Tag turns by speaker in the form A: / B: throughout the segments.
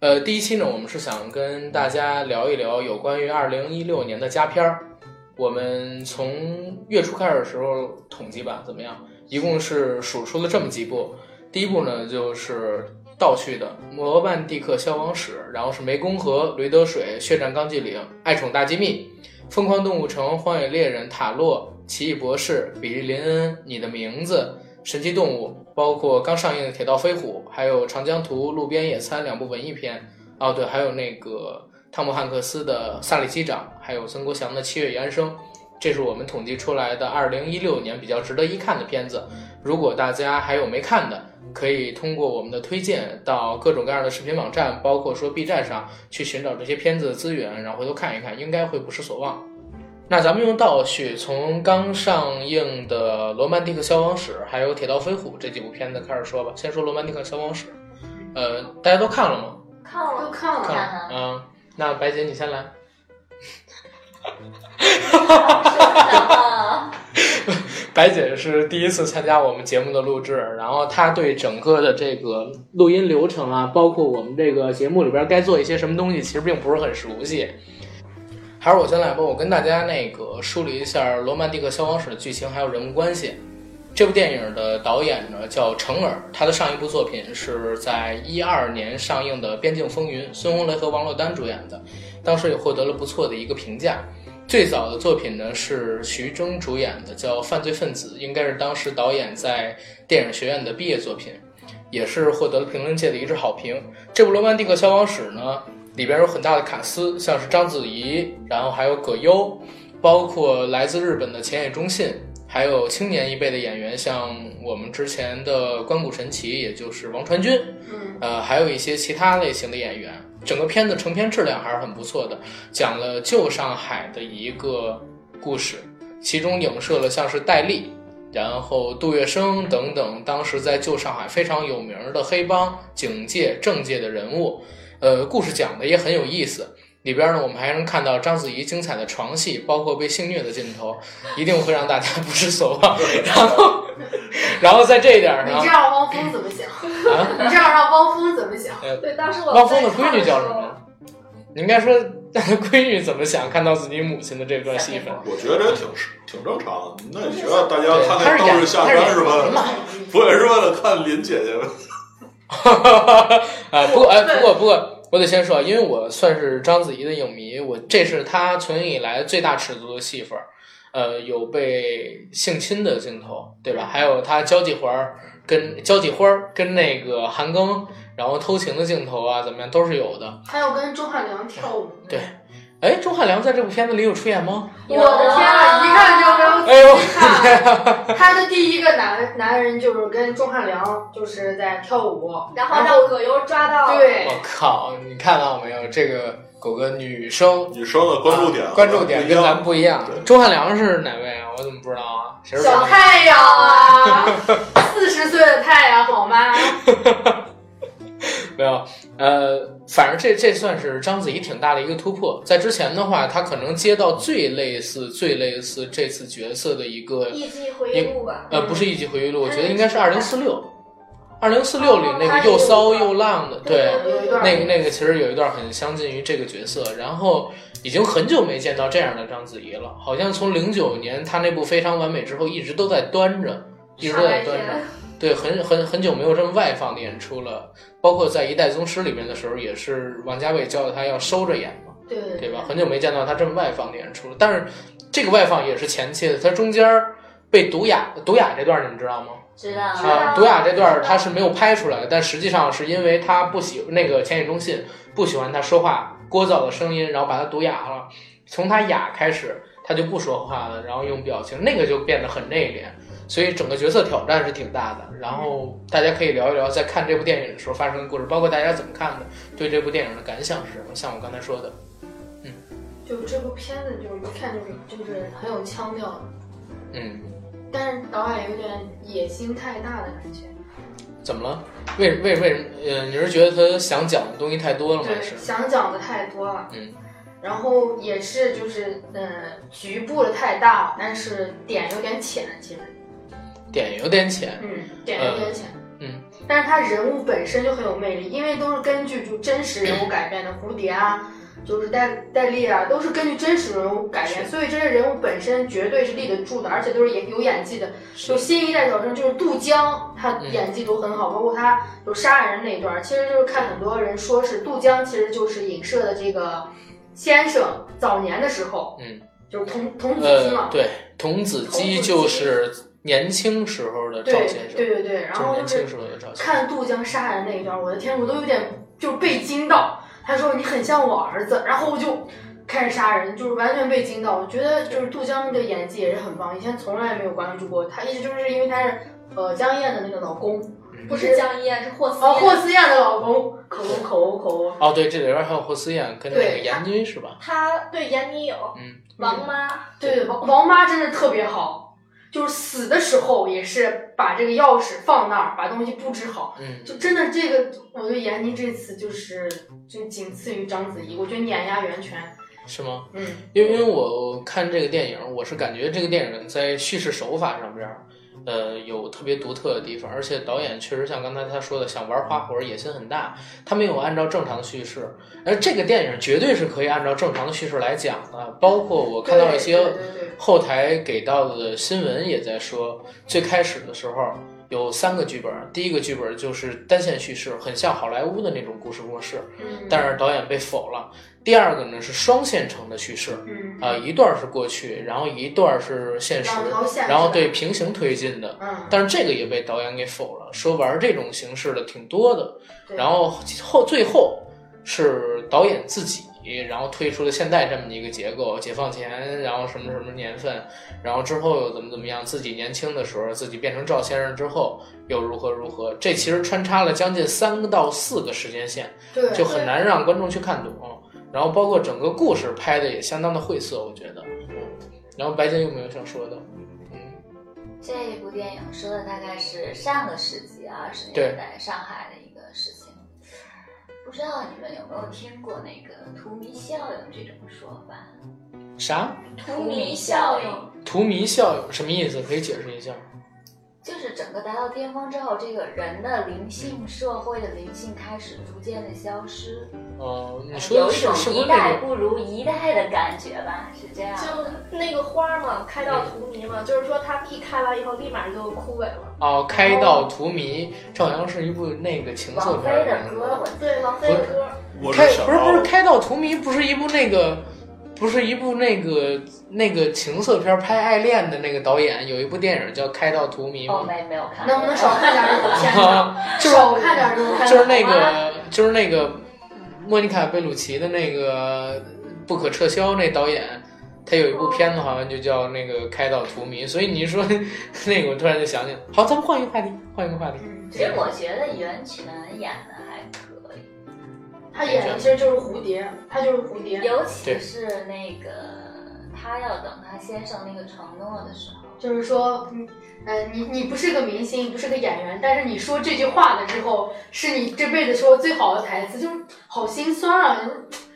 A: 呃，第一期呢，我们是想跟大家聊一聊有关于二零一六年的佳片儿。我们从月初开始的时候统计吧，怎么样？一共是数出了这么几部。第一部呢，就是倒叙的《摩曼蒂克消亡史》，然后是《湄公河》《驴得水》《血战钢锯岭》《爱宠大机密》《疯狂动物城》《荒野猎人》《塔洛》《奇异博士》《比利林恩》《你的名字》《神奇动物》，包括刚上映的《铁道飞虎》，还有《长江图》《路边野餐》两部文艺片。哦，对，还有那个汤姆汉克斯的《萨利机长》，还有曾国祥的《七月与安生》，这是我们统计出来的二零一六年比较值得一看的片子。如果大家还有没看的，可以通过我们的推荐到各种各样的视频网站，包括说 B 站上去寻找这些片子的资源，然后回头看一看，应该会不失所望。那咱们用倒叙，从刚上映的《罗曼蒂克消亡史》还有《铁道飞虎》这几部片子开始说吧。先说《罗曼蒂克消亡史》，呃，大家都看了吗？
B: 看了
C: 都看了
A: 看了，
B: 看了，
A: 嗯，那白姐你先来。
B: 然后
A: 白姐是第一次参加我们节目的录制，然后她对整个的这个录音流程啊，包括我们这个节目里边该做一些什么东西，其实并不是很熟悉。还是我先来吧，我跟大家那个梳理一下《罗曼蒂克消亡史》的剧情还有人物关系。这部电影的导演呢叫程耳，他的上一部作品是在一二年上映的《边境风云》，孙红雷和王珞丹主演的，当时也获得了不错的一个评价。最早的作品呢是徐峥主演的，叫《犯罪分子》，应该是当时导演在电影学院的毕业作品，也是获得了评论界的一致好评。这部《罗曼蒂克消亡史》呢，里边有很大的卡司，像是章子怡，然后还有葛优，包括来自日本的前野忠信，还有青年一辈的演员，像我们之前的关谷神奇，也就是王传君，
C: 嗯，
A: 呃，还有一些其他类型的演员。整个片子成片质量还是很不错的，讲了旧上海的一个故事，其中影射了像是戴笠，然后杜月笙等等当时在旧上海非常有名的黑帮、警界、政界的人物。呃，故事讲的也很有意思。里边呢，我们还能看到章子怡精彩的床戏，包括被性虐的镜头，一定会让大家 不知所望。然后，然后在这一点
C: 你
A: 上
C: 这样汪峰怎么想？
A: 啊，
C: 你这样让汪峰怎么想？
A: 呃
B: 对，当时我
A: 汪峰的闺女叫什么？？你应该说他的闺女怎么想看到自己母亲的这段戏份？
D: 我觉得挺是挺正常的。那你觉得大家看那
A: 对他
D: 道
A: 是
D: 士下山是
A: 他是演员嘛
D: 吧？不也是为了看林姐姐吗？
A: 啊，不过哎，不过不过，我得先说，啊因为我算是章子怡的影迷，我这是她存以来最大尺度的戏份儿，呃，有被性侵的镜头，对吧？还有她交际花儿跟交际花儿跟那个韩庚，然后偷情的镜头啊，怎么样都是有的。
C: 还有跟钟汉良跳舞。
A: 对哎，钟汉良在这部片子里有出演吗？
C: 我的天啊，一看就没有
A: 哎呦，
C: 他的第一个男男人就是跟钟汉良就是在跳舞，
B: 然后让葛优抓到，，
C: 对
A: 我靠！你看到没有？这个狗哥女生
D: 女生的关注点，
A: 啊
D: 啊
A: 关注点
D: 不一
A: 跟咱们
D: 样。
A: 不一样
D: 对。
A: 钟汉良是哪位啊？我怎么不知道啊？谁是钟
C: 小
A: 汉良？
C: 太阳啊，四十岁的太阳好吗？
A: 没有，呃，反正这这算是章子怡挺大的一个突破。在之前的话，她可能接到最类似、最类似这次角色的一个，
B: 艺伎回忆录吧，
A: 呃，不是《一级回忆录》，我觉得应该是《二零四六》。二零四六里那
B: 她
A: 个又
B: 有一
A: 骚
B: 段
A: 又浪的，
B: 对
A: 对，
C: 有一段
A: 那个那个其实有一段很相近于这个角色，然后已经很久没见到这样的章子怡了，好像从零九年她那部《非常完美》之后一直都在端着，一直都在端着，对，很很很久没有这么外放的演出了，包括在《一代宗师》里面的时候，也是王家卫教她要收着演嘛，
C: 对对
A: 对吧？很久没见到她这么外放的演出了，但是这个外放也是前期的，她中间儿被毒哑，毒哑这段儿你们知道吗？
B: 知道
C: 是
A: 啊，
C: 吧
A: 毒哑这段儿他是没有拍出来的，但实际上是因为他不喜那个浅野忠信不喜欢他说话聒噪的声音，然后把他毒哑了。从他哑开始，他就不说话了，然后用表情，那个就变得很内敛。所以整个角色挑战是挺大的。然后大家可以聊一聊，在看这部电影的时候发生的故事，包括大家怎么看的，对这部电影的感想是什么。像我刚才说的，
C: 就这部片子就是一看就是就是很有腔调，
A: 嗯，
C: 但是导演有点野心太大的感觉，
A: 怎么了？为为为什么？呃，你是觉得他想讲的东西太多了吗？还是
C: 对，想讲的太多了。
A: 嗯
C: 然后也是就是呃局部的太大，但是点有点浅，其实
A: 点有点浅，
C: 嗯点有点浅。
A: 嗯
C: 但是他人物本身就很有魅力，因为都是根据就真实人物改编的，蝴蝶啊，就是戴戴笠啊，都是根据真实人物改编，所以这些人物本身绝对是立得住的，而且都是演有演技的。就是新一代小生，就是杜江，他
A: 嗯
C: 演技都很好，包括他有杀人那一段儿，其实就是看很多人说是杜江，其实就是影射的这个先生早年的时候，
A: 嗯，
C: 就是童童子军
A: 呃
C: 嘛，
A: 对，童子鸡
C: 童子鸡
A: 就是年轻时候的赵
C: 对
A: 先生，
C: 对对对，然
A: 就是
C: 后
A: 年
C: 就是
A: 轻时候的赵先生。
C: 看杜江杀人那一段，我的天，我都有点就是被惊到。他说你很像我儿子，然后我就开始杀人，就是完全被惊到。我觉得就是杜江的演技也是很棒，以前从来没有关注过他，一直就是因为他是呃江燕的那个老公，
A: 嗯
B: 不是江一燕，是霍思
C: 哦，霍
B: 燕。
C: 思燕的老公，口口口口，
A: 哦，对，这里边还有霍思燕跟那个
C: 对
A: 闫妮是吧？
B: 他对闫妮有
A: 嗯，
B: 王妈，
C: 对对，王王妈真的特别好，就是死的时候也是把这个钥匙放那儿，把东西布置好，
A: 嗯，
C: 就真的这个，我对闫妮这次就是就仅次于章子怡，我觉得碾压袁泉，
A: 是吗？
C: 嗯，
A: 因为因为我看这个电影，我是感觉这个电影在叙事手法上边儿，呃，有特别独特的地方，而且导演确实像刚才他说的，想玩花活，野心很大，他没有按照正常的叙事，而这个电影绝对是可以按照正常的叙事来讲的，包括我看到一些
C: 对对对
A: 后台给到的新闻也在说，最开始的时候有三个剧本，第一个剧本就是单线叙事，很像好莱坞的那种故事模式，
C: 嗯，
A: 但是导演被否了。第二个呢是双线程的叙事，
C: 嗯，
A: 啊、一段是过去，然后一段是现实，
C: 两条线，
A: 然后对，平行推进的。
C: 嗯，
A: 但是这个也被导演给否了，说玩这种形式的挺多的。
C: 对
A: 然后后最后是导演自己，然后推出了现在这么一个结构，解放前，然后什么什么年份，然后之后又怎么怎么样，自己年轻的时候，自己变成赵先生之后又如何如何，这其实穿插了将近三到四个时间线，
C: 对，
A: 就很难让观众去看懂。然后包括整个故事拍的也相当的晦涩，我觉得。嗯然后白金有没有想说的？
E: 嗯
A: 嗯
E: 这一部电影说的大概是上个世纪二十
A: 对
E: 年代上海的一个事情，不知道你们有没有听过那个“荼蘼效应”这种说法？
A: 啥？
C: 嗯
E: 荼蘼效应
A: 荼蘼效应什么意思？可以解释一下吗？
E: 就是整个达到巅峰之后，这个人的灵
A: 嗯
E: 性、社会的灵性开始逐渐的消失，
A: 哦，你说
E: 有
A: 的
E: 一
A: 是
E: 种
A: 是不是
E: 一
A: 那
E: 代
A: 种？
E: 不如一代的感觉吧？是这样的。
B: 就那个花嘛，开到荼蘼嘛，就是说它一开完以后立马就枯萎了。
A: 哦，开到荼蘼，这好像是一部那个情色
E: 王
A: 片
E: 菲的歌
A: 儿。，
E: 我
B: 对，王菲的歌，
D: 我
A: 开
D: 是
A: 不
D: 想
A: 是
D: 到
A: 不是开到荼蘼，不是一部那个，不是一部那个那个情色片儿拍爱恋的那个导演有一部电影叫《开到荼蘼》
E: 哦
A: 吗？
E: 没没有看过，
C: 能不能少看点儿这种片子？
A: 啊， 就是
C: 少看点儿这种片子，
A: 就是那
C: 好吗，
A: 个就是那个莫妮卡贝鲁奇的那个不可撤销那导演，他有一部片子好像就叫那个开到荼蘼，所以你一说 那个，我突然就想起来，好，咱们换一个话题，换一个话题。
C: 嗯
E: 其实我觉得袁泉演的还可以，
C: 他演的其实就是蝴蝶，他就是蝴蝶，
E: 尤其是那个她要等她先生那个承诺的时候，
C: 就是说，嗯，呃，你你不是个明星，不是个演员，但是你说这句话了之后，是你这辈子说最好的台词，就是好心酸啊，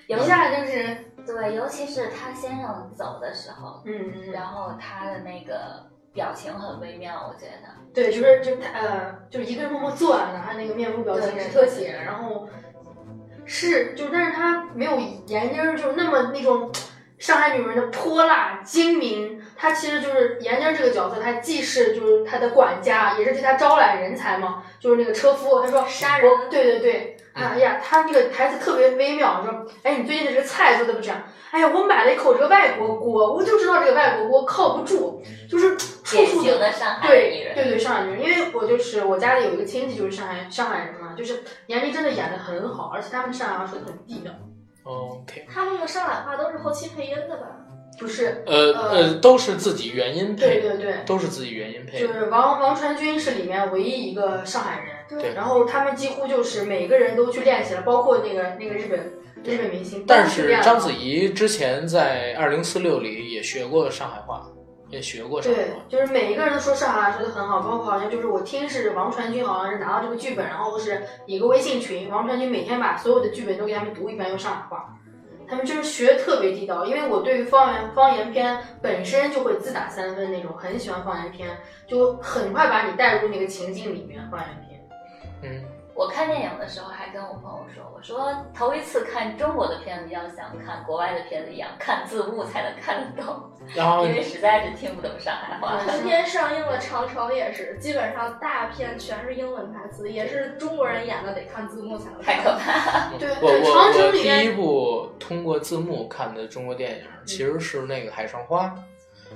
E: 有
C: 一下就是，
E: 对，尤其是她先生走的时候，
C: 嗯，
E: 然后她的那个表情很微妙，我觉得
C: 对，就是就他呃，就是一个人默默坐在那儿，他那个面部表情
E: 对
C: 是特写，然后是就，但是他没有闫妮儿就那么那种上海女人的泼辣精明，她其实就是闫妮儿这个角色，她既是就是她的管家，也是替她招揽人才嘛，就是那个车夫，他说
B: 杀人
C: 我对对对。
E: 嗯
C: 哎呀，他那个台词特别微妙，说，哎，你最近的这个菜做的不这样，哎呀，我买了一口这个外国锅，我就知道这个外国锅靠不住，就是处
E: 典
C: 处
E: 型
C: 都
E: 的上海女
C: 对
E: 人。
C: 对对，上海女人，因为我就是我家里有一个亲戚就是上海上海人嘛，就是闫妮真的演的很好，而且他们上海话说的很地道，
A: OK，
B: 他们的上海话都是后期配音的吧？
C: 就是
A: 呃呃，都是自己原音
C: 嗯
A: 配，
C: 对对对，
A: 都是自己原音配
C: 就。是王王传君是里面唯一一个上海人，
A: 对
C: 然后他们几乎就是每个人都去练习了，包括那个那个日本日本明星，
A: 但
C: 都去练
A: 是
C: 了
A: 章子怡之前在《二零四六》里也学过上海话，也学过上海
C: 对
A: 话。，
C: 就是每一个人都说上海话说的很好，包括好像就是我听是王传君好像是拿到这个剧
A: 嗯
C: 本，然后是一个微信群，王传君每天把所有的剧本都给他们读一遍用上海话，他们就是学得特别地道。因为我对于方言方言片本身就会自打三分那种，很喜欢方言片，就很快把你带入那个情境里面。方言片，
A: 嗯，
E: 我看电影的时候还跟我朋友说，我说头一次看中国的片子，要像看国外的片子一样看字幕才能看得懂，
A: 然
C: 嗯
A: 后
E: 因为实在是听不懂上海话。
B: 今天上映了《唐朝》也是，基本上大片全是英文台词，也是中国人演的，得看字幕才能看。
E: 太可怕了！
C: 啊对
A: 我
C: 对
A: 我
C: 长
A: 我
C: 城里
A: 第
C: 面嗯
A: 一部通过字幕看的中国电影其实是那个《海上花》，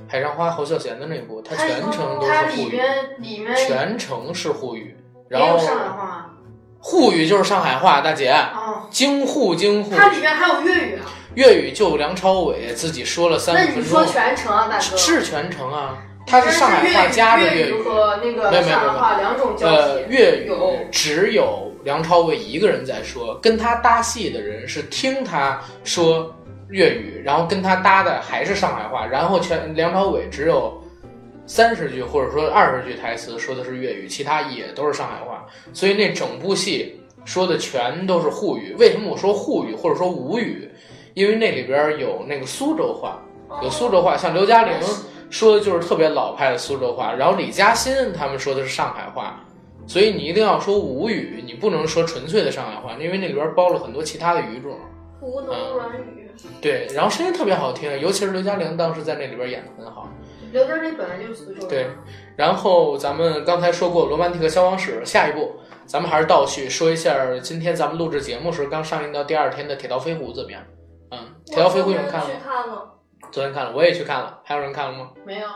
A: 《海上花》侯孝贤的那部，它
C: 它哦
A: 全程都
C: 它
A: 是
C: 里
A: 沪语，
C: 边里面
A: 全程是沪语，
C: 也
A: 然
C: 有
A: 后
C: 上海话啊
A: 沪语就是上海话，大姐，
C: 哦，
A: 京沪京沪，
C: 它里面还有粤语啊。
A: 粤语就梁朝伟自己说了三
C: 那
A: 五
C: 你
A: 分
C: 说
A: 钟，
C: 全程啊，大哥？
A: 是全程啊，它是上海话加着
C: 粤
A: 粤语，
C: 和那个
A: 没有没有
C: 上海话两种交
A: 呃，
C: 替。
A: 粤语
C: 有
A: 只有梁朝伟一个人在说，跟他搭戏的人是听他说粤语，然后跟他搭的还是上海话，然后全梁朝伟只有三十句或者说二十句台词说的是粤语，其他也都是上海话，所以那整部戏说的全都是沪语。为什么我说沪语或者说吴语？因为那里边有那个苏州话，
E: 哦
A: 有苏州话，像刘嘉玲说的就是特别老派的苏州话，然后李嘉欣他们说的是上海话，所以你一定要说吴语，你不能说纯粹的上海话，因为那里边包了很多其他的语种。
B: 吴
A: 嗯
B: 侬软语，
A: 对，然后声音特别好听，尤其是刘嘉玲当时在那里边演的很好。
C: 刘嘉玲本来就是苏州人。
A: 对然后咱们刚才说过《罗曼蒂克消亡史》，下一步咱们还是倒叙说一下，今天咱们录制节目时刚上映到第二天的《铁道飞狐》怎么样？嗯，《铁道飞狐》你们看了
B: 我
A: 吗
B: 昨天？去看了，
A: 昨天看了，我也去看了，还有人看了吗？
C: 没有。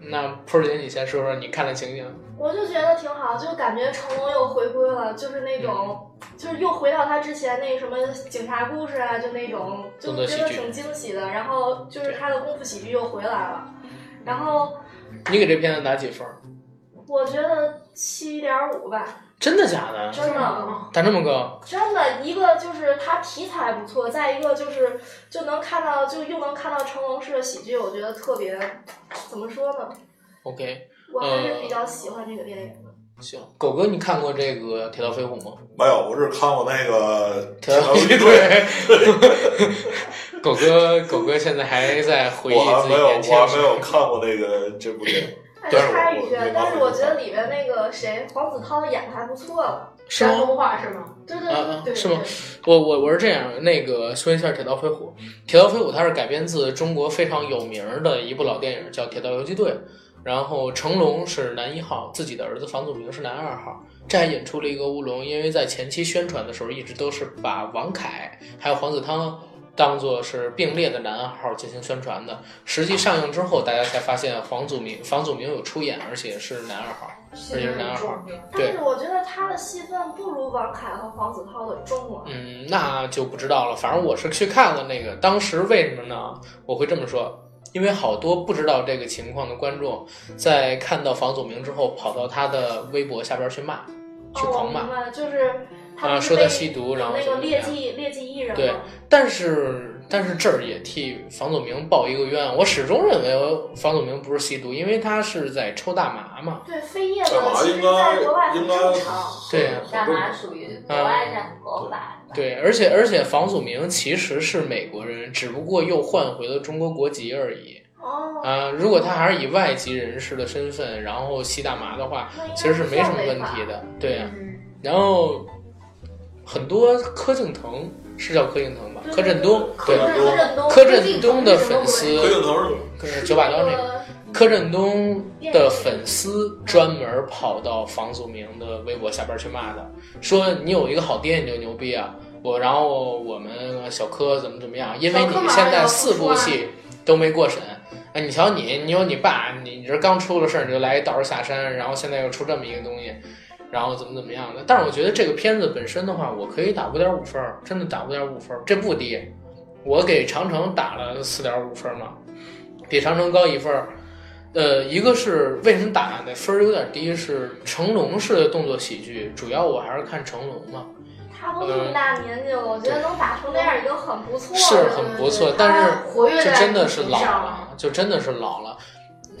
A: 那坡儿姐，你先说说你看的情景。
B: 我就觉得挺好，就感觉成龙又回归了，就是那种，
A: 嗯
B: 就是又回到他之前那什么警察故事啊，就那种，就
A: 动作喜
B: 觉
A: 剧
B: 得挺惊喜的。然后就是他的功夫喜剧又回来了，
A: 嗯
B: 然后
A: 你给这片子打几分儿？
B: 我觉得七点五吧。
A: 真的假的？
B: 真的，
A: 打这么高？
B: 真的，一个就是它题材不错，再一个就是就能看到，就又能看到成龙式的喜剧，我觉得特别，怎么说呢？
A: ？OK，
B: 我还是比较喜欢这个电影的。
A: 行。狗哥，你看过这个《铁道飞狐》吗？
D: 没有，我只看过那个 《铁道飞
A: 飞
D: 追》，
A: 对。 狗哥，狗哥现在还在回忆
D: 我还
A: 自己
D: 没有，
A: 年轻
D: 我
A: 的
D: 还
A: 时
D: 没
A: 候。
D: 有看过那个这部电影。
A: 嗯
B: 还
D: 对
B: 是差
D: 我
B: 一
D: 我
B: 圈，但是我觉得里面那个谁，黄子韬演的还不错了。
A: 是
C: 山
A: 吗？
C: 东话是吗？
B: 对对
A: 啊
B: 对
A: 啊，
C: 对，
A: 是吗？我我我是这样，那个说一下《铁道飞虎》。《铁道飞虎》它是改编自中国非常有名的一部老电影，叫《铁道游击队》。然后成龙是男一号，自己的儿子房祖名是男二号，这还引出了一个乌龙，因为在前期宣传的时候，一直都是把王凯还有黄子韬当做是并列的男二号进行宣传的。实际上映之后，大家才发现黄祖明房祖名有出演，而且是男二号。
C: 是
A: 是男孩对
B: 但是我觉得他的戏份不如王凯和黄子韬的重啊。
A: 嗯，那就不知道了。反正我是去看了那个，当时为什么呢？我会这么说，因为好多不知道这个情况的观众，在看到房祖名之后，跑到他的微博下边去骂，去
B: 哦，我
A: 狂骂
B: 明。白，就是他
A: 啊
B: 们
A: 说他吸毒然后
B: 那
A: 怎
B: 个
A: 么
B: 劣
A: 样
B: 迹劣迹艺人
A: 对
B: 嘛。
A: 但是，但是这儿也替房祖名报一个冤。我始终认为房祖名不是吸毒，因为他是在抽大麻嘛。
B: 对飞叶子
D: 干，嘛
B: 其实
D: 应
B: 在国外
D: 该
B: 很
D: 应该
B: 正常。
A: 对
E: 大麻属于国外在合法的，
A: 对，而且而且房祖名其实是美国人，只不过又换回了中国国籍而已。
B: 哦，
A: 啊，如果他还是以外籍人士的身份，然后吸大麻的话，
B: 那应该
A: 其实是没什么
B: 算
A: 问
B: 违法
A: 题的。对，啊
C: 嗯
A: 然后很多柯敬腾是叫柯敬腾吧？
B: 对
A: 柯震东，
D: 柯
A: 对，
D: 震东，
B: 东
A: 柯震东的粉
D: 柯
A: 丝，
D: 敬腾是
A: 呃九把刀那个，
B: 个
A: 柯震东的粉丝专门跑到房祖名的微博下边去骂他，说你有一个好爹你就牛逼啊！我然后我们小柯怎么怎么样，因为
C: 小柯
A: 你
C: 马
A: 现
C: 上
A: 在
C: 要
A: 四
C: 复出
A: 部
C: 啊
A: 戏都没过审。哎，你瞧你，你有你爸，你你这刚出了事儿你就来倒着下山，然后现在又出这么一个东西，然后怎么怎么样的？但是我觉得这个片子本身的话，我可以打五点五分儿，真的打五点五分儿，这不低。我给长城打了四点五分儿嘛，比长城高一分儿。呃，一个是为什么打那分儿有点低，是成龙式的动作喜剧，主要我还是看成龙嘛，
B: 他都这么大年纪了，我觉得能打成那样已经很不错了。
A: 是很不错，但是
C: 他活跃
A: 就
C: 在
A: 真的是老
C: 上
A: 了，就真的是老了。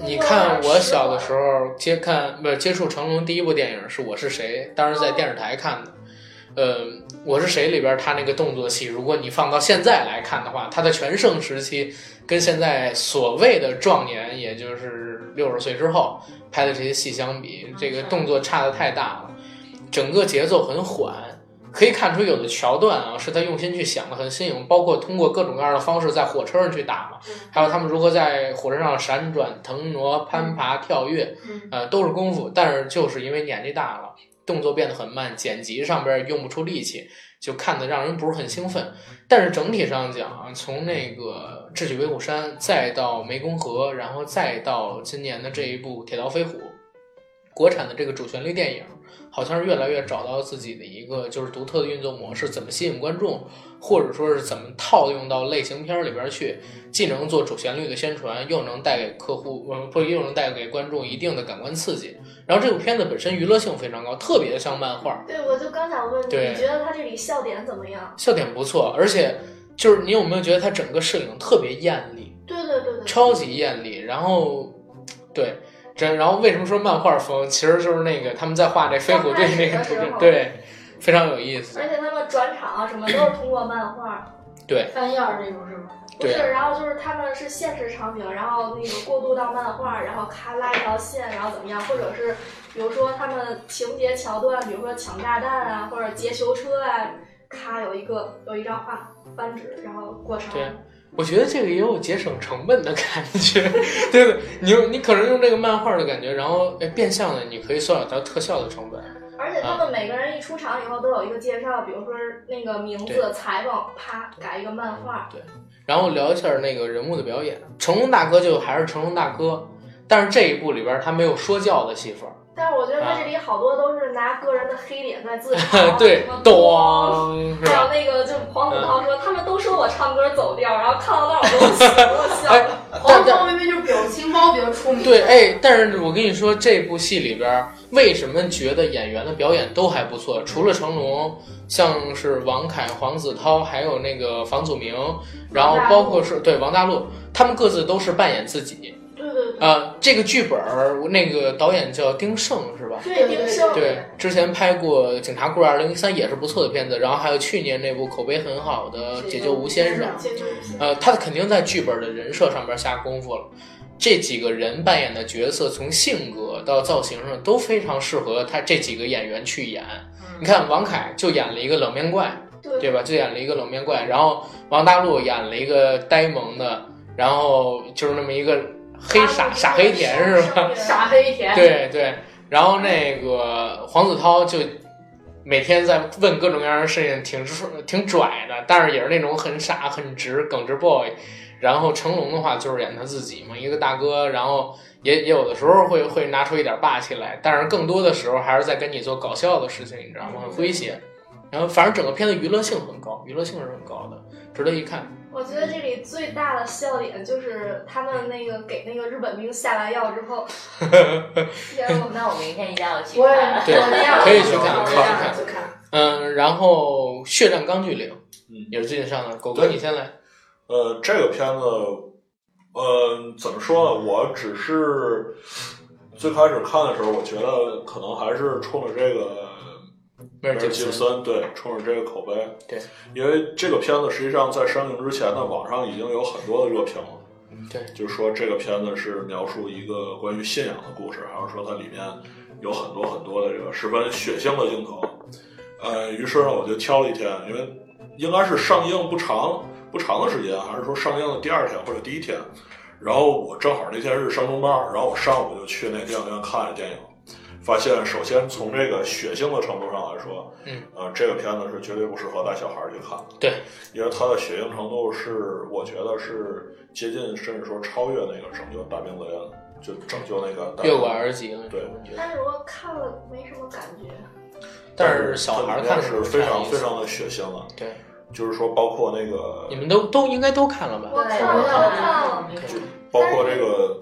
A: 你看我小的时候接看不是接触成龙第一部电影是《我是谁》，当时在电视台看的。呃，《我是谁》里边他那个动作戏，如果你放到现在来看的话，他的全盛时期跟现在所谓的壮年，也就是六十岁之后拍的这些戏相比，这个动作差的太大了，整个节奏很缓。可以看出有的桥段啊，是他用心去想的，很新颖，包括通过各种各样的方式在火车上去打嘛，还有他们如何在火车上闪转腾挪、攀爬、跳跃，
C: 嗯，
A: 呃，都是功夫，但是就是因为年纪大了，动作变得很慢，剪辑上边儿用不出力气，就看得让人不是很兴奋。但是整体上讲啊，从那个《智取威虎山》，再到《湄公河》，然后再到今年的这一部《铁道飞虎》，国产的这个主旋律电影，好像是越来越找到自己的一个就是独特的运作模式，怎么吸引观众，或者说是怎么套用到类型片儿里边儿去。
B: 嗯
A: 既能做主旋律的宣传，又能带给客户，呃，不，又能带给观众一定的感官刺激。然后这部片子本身娱乐性非常高，特别像漫画，
B: 对，我就刚想问你，
A: 对
B: 你觉得他这里笑点怎么样？
A: 笑点不错，而且就是你有没有觉得它整个摄影特别艳丽，
B: 对对对对，
A: 超级艳丽？然后，对，这然后为什么说漫画风？其实就是那个他们在画这飞虎队那个图
B: 刚开始的时
A: 片，
B: 候
A: 对，非常有意思。
B: 而且他们转场啊什么都是通过漫画，
C: 翻页儿那种是吗？
B: 不是，
A: 对
B: 然后就是他们是现实场景，然后那个过渡到漫画，然后咔拉一条线，然后怎么样，或者是比如说他们情节桥段，比如说抢炸弹啊，或者劫囚车啊，咔有一个有一张画翻纸，然后过场。
A: 对我觉得这个也有节省成本的感觉， 对对，你用你可能用这个漫画的感觉，然后哎变相的你可以缩小到特效的成本。
B: 而且他们每个人一出场以后都有一个介绍，比如说那个名字、
A: 对
B: 采访，啪改一个漫画。
A: 然后聊一下那个人物的表演。成龙大哥就还是成龙大哥，但是这一部里边他没有说教的戏份儿，
B: 但是我觉得他
A: 啊，
B: 这里好多都是拿个人的黑脸在自 嘲
A: 哎对嗯
B: 什么，
A: 咚，是
B: 咣还有
A: 吧？
B: 那个，就是黄子韬说，他们都说我唱歌走调，然后看到那儿我都笑了笑
A: 哎
B: 了。
A: 但
C: 黄
A: 但
C: 黄明明就是表情包比较出名。
A: 对，哎，但是我跟你说，这部戏里边儿为什么觉得演员的表演都还不错？除了成龙，像是王凯、黄子韬，还有那个房祖名，然后包括是对王大陆，他们各自都是扮演自己。
B: 对对对，
A: 呃，这个剧本儿那个导演叫丁晟是吧？
B: 对
C: 对
B: 丁
C: 对
B: 晟，
A: 对，之前拍过《警察故事二零一三》也是不错的片子，然后还有去年那部口碑很好的《解救吴先生》，
B: 解救一些
A: 呃，他肯定在剧本的人设上边下功夫了。这几个人扮演的角色，从性格到造型上都非常适合他这几个演员去演。你看王凯就演了一个冷面怪，
B: 对
A: 对吧？就演了一个冷面怪，然后王大陆演了一个呆萌的，然后就是那么一个黑傻傻黑甜是吧？
B: 吧
C: 傻黑甜。
A: 对对，然后那个黄子韬就每天在问各种各样的事情，挺帅挺拽的，但是也是那种很傻、很直、耿直 boy。然后成龙的话就是演他自己嘛，一个大哥，然后也也有的时候会会拿出一点霸气来，但是更多的时候还是在跟你做搞笑的事情，你知道吗？很诙谐。然后反正整个片子娱乐性很高，娱乐性是很高的，值得一看。
B: 我觉得这里最大的笑点就是他们那个给那个日本兵下完药之后，天呐，
E: 那我明天一定要去
C: 嗯我也
E: 看。
A: 对
C: 我这样
A: 可以去
C: 我这
A: 看
C: 样
A: 可以去看
C: 去看。
A: 嗯，然后《血战钢锯岭》
D: 嗯
A: 也是最近上的，狗哥
D: 对
A: 你先来。
D: 呃，这个片子，呃，怎么说呢？我只是最开始看的时候，我觉得可能还是冲着这个
A: 梅尔吉
D: 吉
A: 普森
D: 森，对，冲着这个口碑，
A: 对，
D: 因为这个片子实际上在上映之前呢，网上已经有很多的热评了。
A: 对，
D: 就说这个片子是描述一个关于信仰的故事，还是说它里面有很多很多的这个十分血腥的镜头。呃，于是呢，我就挑了一天，因为应该是上映不长不长的时间，还是说上映的第二天或者第一天。然后我正好那天是上中班，然后我上午就去那电影院看了电影，发现首先从这个血腥的程度上来说，
A: 嗯，
D: 呃，这个片子是绝对不适合带小孩儿去看的。
A: 对，
D: 因为它的血腥程度是，我觉得是接近甚至说超越那个拯救大兵雷恩，就拯救那个大兵
A: 越过儿级了。
D: 对
A: 我觉得
B: 但是我看了没什么感觉。
A: 但是小孩儿看的
D: 它里面是非常非常的血腥的，
A: 对，
D: 就是说包括那个
A: 你们都都应该都看了吧？
B: 我看了，我看了。
D: 包括这个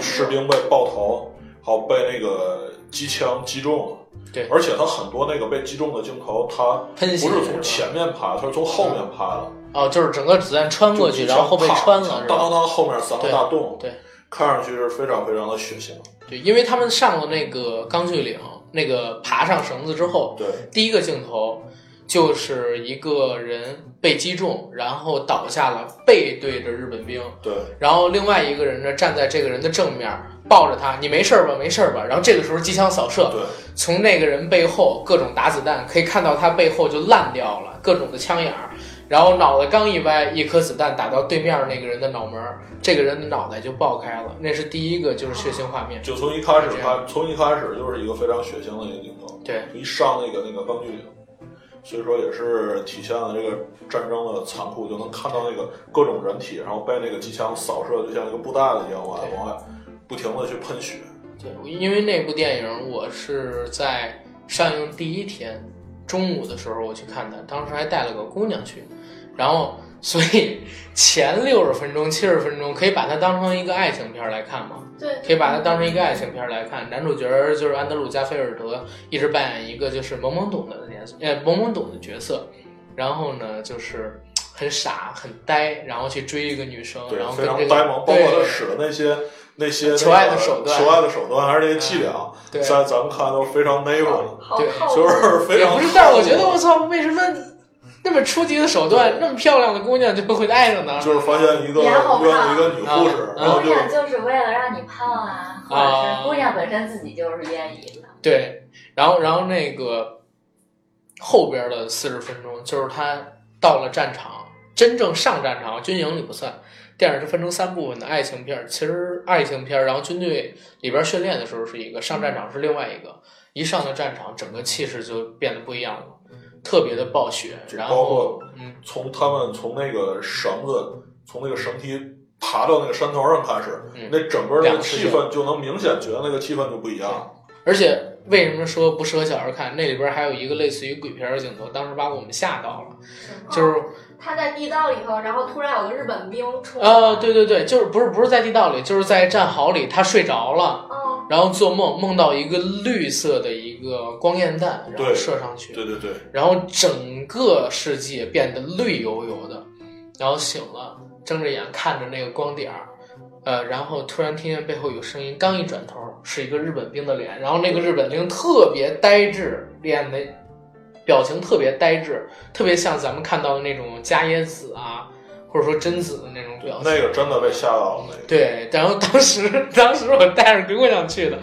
D: 士兵被爆头，还有被那个机枪击中了。
A: 对
D: 而且它很多那个被击中的镜头，它
A: 喷
D: 不
A: 血
D: 是
A: 是吧
D: 从前面拍，它是从后面拍的，
A: 哦，就是整个子弹穿嗯过去，
D: 就
A: 然后后被
D: 啪
A: 穿了，是
D: 当当
A: 吧？
D: 当，后面三个大洞，
A: 对对
D: 看上去是非常非常的血腥。
A: 对，因为他们上了那个钢锯岭，那个爬上绳子之后，
D: 对，
A: 第一个镜头就是一个人被击中，然后倒下了，背对着日本兵，
D: 对，
A: 然后另外一个人呢站在这个人的正面，抱着他，你没事儿吧，没事儿吧。然后这个时候机枪扫射，
D: 对，
A: 从那个人背后各种打子弹，可以看到他背后就烂掉了，各种的枪眼儿，然后脑袋刚一歪，一颗子弹打到对面那个人的脑门儿，这个人的脑袋就爆开了，那是第一个就是血腥画面，
D: 就从一开始
A: 是这
D: 他从一开始就是一个非常血腥的一个镜头，
A: 对，
D: 一上那个那个钢锯岭，所以说也是体现了这个战争的残酷，就能看到那个各种人体，然后被那个机枪扫射，就像那个布袋子一样往外
A: 对
D: 往外不停的去喷血，
A: 对，因为那部电影我是在上映第一天中午的时候我去看的，当时还带了个姑娘去，然后所以前六十分钟、七十分钟可以把它当成一个爱情片儿来看嘛，
C: 对，
A: 可以把它当成一个爱情片儿来看。男主角就是安德鲁·加菲尔德，一直扮演一个就是懵懵懂的年呃懵懵懂的角色，然后呢就是很傻很呆，然后去追一个女生，
D: 对
A: 然，后
D: 非
A: 跟
D: 常
A: 这个
D: 呆萌，包
A: 对
D: 括他使的那些那些
A: 求爱的手段
D: 求爱的手段，还是那些伎俩，
A: 对
D: 在咱们看都是非常 naval，
B: 好
A: 对
B: 靠
D: 就
B: 谱。
D: 是非
A: 也
D: 常啊
A: 不是，但是我觉得我操，为什么那么初级的手段，那么漂亮的姑娘就会爱上呢？
D: 就是发现一个
C: 脸好
D: 医院的
C: 看
D: 一个女护士
A: 啊，
D: 然后
E: 姑
D: 就
E: 娘就是为了让你胖啊，或者是姑娘本身自己就是愿意的。
A: 对，然后然后那个后边的四十分钟，就是他到了战场，真正上战场，军营里不算。电影是分成三部分的，爱情片儿，其实爱情片儿，然后军队里边训练的时候是一个，上战场是另外一个。一上了战场，整个气势就变得不一样了，特别的暴雪，
D: 嗯就
A: 然
D: 包
A: 后
D: 括
A: 嗯，
D: 从他们从那个绳子从那个绳梯爬到那个山头上开始，
A: 嗯
D: 那整个那
A: 两
D: 个
A: 个世
D: 气
A: 界
D: 氛就能明显觉得那个气氛就不一样了。
A: 而且为什么说不适合小孩看？那里边还有一个类似于鬼片的镜头，当时把我们吓到了。就是
B: 他在地道里头，然后突然有个日本兵冲，
A: 呃，对对对，就是不是不是在地道里，就是在战壕里，他睡着了，
B: 嗯，
A: 然后做梦梦到一个绿色的一个光焰弹，然后
D: 对
A: 射上去，
D: 对对对，
A: 然后整个世界变得绿油油的，然后醒了，睁着眼看着那个光点儿，呃，然后突然听见背后有声音，刚一转头是一个日本兵的脸，然后那个日本兵特别呆滞，脸的表情特别呆滞，特别像咱们看到的那种伽椰子啊，或者说贞子的那种表情。
D: 那个真的被吓到了，那个。
A: 对，然后当时当时我带着姑娘去的，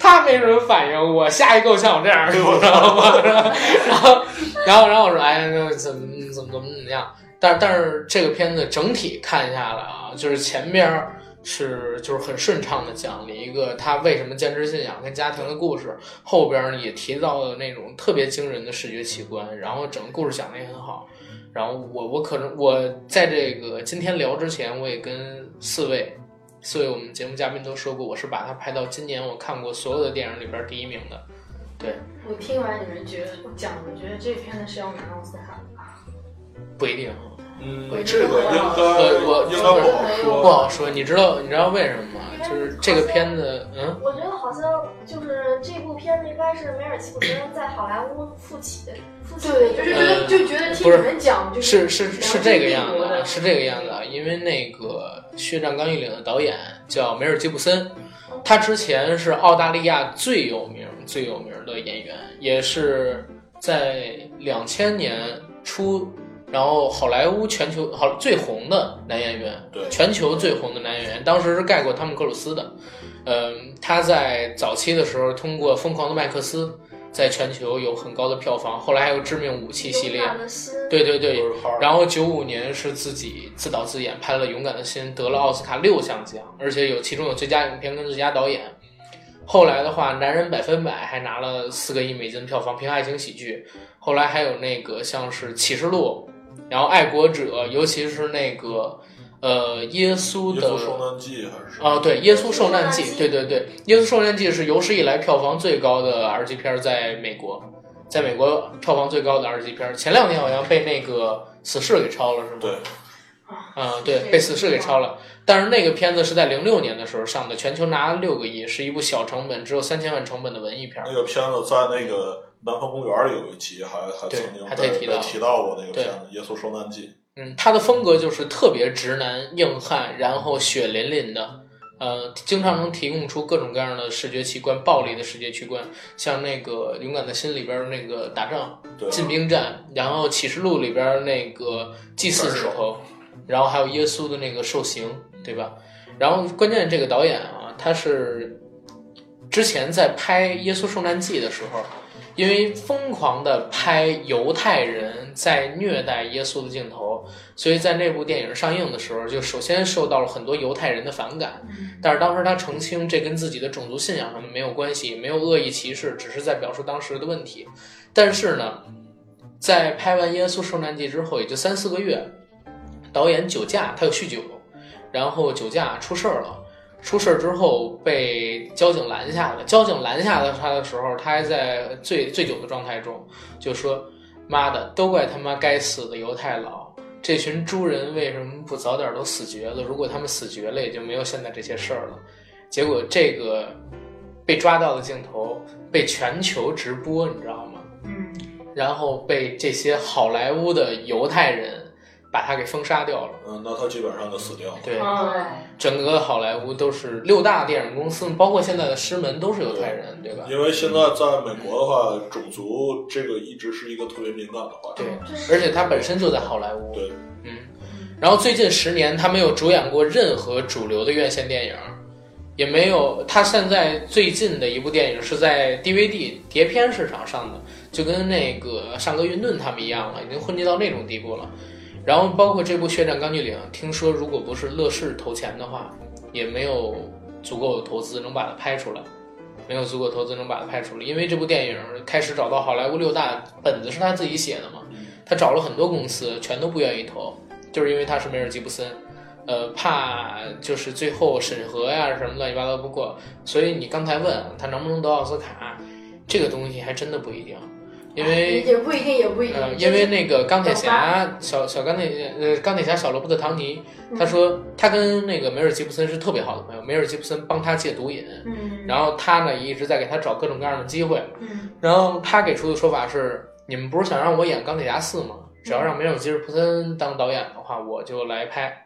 A: 她没什么反应，我吓一够呛，我这样，你知道吗？然后然后然后我说，哎，那怎么怎么怎么怎么样？但是但是这个片子整体看下来啊，就是前边儿是就是很顺畅的讲了一个他为什么坚持信仰跟家庭的故事，后边儿也提到了那种特别惊人的视觉奇观，然后整个故事讲的也很好。然后我我可能我在这个今天聊之前，我也跟四位四位我们节目嘉宾都说过，我是把它排到今年我看过所有的电影里边儿第一名的。
C: 我听完你们觉得我讲，我觉得这片子是要拿奥斯卡的吧？
A: 不一定，
D: 嗯
C: 我，
D: 这个应
A: 我我
D: 该应该不好
A: 不
D: 说。
A: 好说。你知道你知道为什么吗？就是这个片子，嗯，
B: 我觉得好像就是这部片子应该是梅尔吉普森在好莱坞复起的，复起的一
C: 对，就
B: 个
C: 是觉得就觉得听你们讲，就是
A: 嗯是是
C: 了
A: 是
C: 解
A: 这个样
C: 美国
A: 子啊，
C: 的
A: 是这个样子啊。因为那个《血战钢锯岭》的导演叫梅尔吉布森，他之前是澳大利亚最有名最有名的演员，也是在两千年初，然后好莱坞全球好最红的男演员，
D: 对
A: 全球最红的男演员，当时是盖过汤姆克鲁斯的。嗯，他在早期的时候通过《疯狂的麦克斯》在全球有很高的票房，后来还有《致命武器》系列
B: 勇，敢的心，
A: 对对对，
D: 就是哈
A: 然后九五年是自己自导自演拍了《勇敢的心》，得了奥斯卡六项奖，而且有其中有最佳影片跟最佳导演。后来的话，《男人百分百》还拿了四个亿美金票房，凭爱情喜剧。后来还有那个像是《启示录》，然后《爱国者》，尤其是那个呃耶稣
D: 耶
A: 的
D: 稣受难记还是什
A: 啊，
D: 么？
A: 对，《耶稣受难记
B: 耶稣》，受
A: 对对
B: 难记
A: 对，《耶稣受难记》是有史以来票房最高的 R 级片，在美国，在美国票房最高的 R 级片，前两天好像被那个《死侍》给超了，是吗？
D: 对，
A: 啊、对，被《死侍》给超了。但是那个片子是在零六年的时候上的，全球拿了六个亿，是一部小成本，只有三千万成本的文艺片。
D: 那个片子在那个《南方公园》里有一集还还
A: 对
D: 曾经
A: 还
D: 被
A: 特意提到
D: 被提到过那个
A: 对
D: 片子《耶稣受难记》。
A: 嗯，他的风格就是特别直男硬汉，然后血淋淋的，啊、呃，经常能提供出各种各样的视觉奇观，暴力的视觉奇观，像那个《勇敢的心》里边儿那个打仗，
D: 对，啊
A: 禁兵战，然后《启示录》里边儿那个祭祀指头，然后还有耶稣的那个受刑，对吧？然后关键这个导演啊，他是之前在拍《耶稣受难记》的时候，因为疯狂的拍犹太人在虐待耶稣的镜头，所以在那部电影上映的时候，就首先受到了很多犹太人的反感。但是当时他澄清，这跟自己的种族信仰上面没有关系，没有恶意歧视，只是在表述当时的问题。但是呢，在拍完《耶稣受难记》之后，也就三四个月，导演酒驾，他有酗酒，然后酒驾出事儿了。出事儿之后被交警拦下了，交警拦下了他的时候，他还在醉醉酒的状态中，就说：“妈的，都怪他妈该死的犹太佬，这群猪人为什么不早点都死绝了？如果他们死绝了，也就没有现在这些事儿了。”结果这个被抓到的镜头被全球直播，你知道吗？
C: 嗯，
A: 然后被这些好莱坞的犹太人把他给封杀掉了。
D: 嗯，那他基本上就死定了。
A: 对，
C: 啊，
A: 整个好莱坞都是六大电影公司，包括现在的狮门都是犹太人，对吧？
D: 因为现在在美国的话，种族这个一直是一个特别敏感的话题
A: 对。
E: 嗯
C: 就是
A: 而且他本身就在好莱坞。
D: 对，
A: 嗯。然后最近十年，他没有主演过任何主流的院线电影，也没有。他现在最近的一部电影是在 DVD 碟片市场上的，就跟那个上格云顿他们一样了，已经混迹到那种地步了。然后包括这部《血战钢锯岭》，听说如果不是乐视投钱的话，也没有足够的投资能把它拍出来，没有足够投资能把它拍出来。因为这部电影开始找到好莱坞六大本子是他自己写的嘛，他找了很多公司，全都不愿意投，就是因为他是梅尔吉布森，呃，怕就是最后审核呀、什么乱七八糟不过。所以你刚才问他能不能得奥斯卡，这个东西还真的不一定，啊因为
C: 也不一定，也不一
A: 呃，
C: 定，
A: 因为那个钢铁
C: 懂
A: 侠小小钢铁呃钢铁侠小罗伯特唐尼，他说他跟那个梅尔吉布森是特别好的朋友，梅尔吉布森帮他戒毒瘾，
C: 嗯，
A: 然后他呢也一直在给他找各种各样的机会，
C: 嗯
A: 然后他给出的说法是，你们不是想让我演钢铁侠四吗？只要让梅尔吉布森当导演的话，我就来拍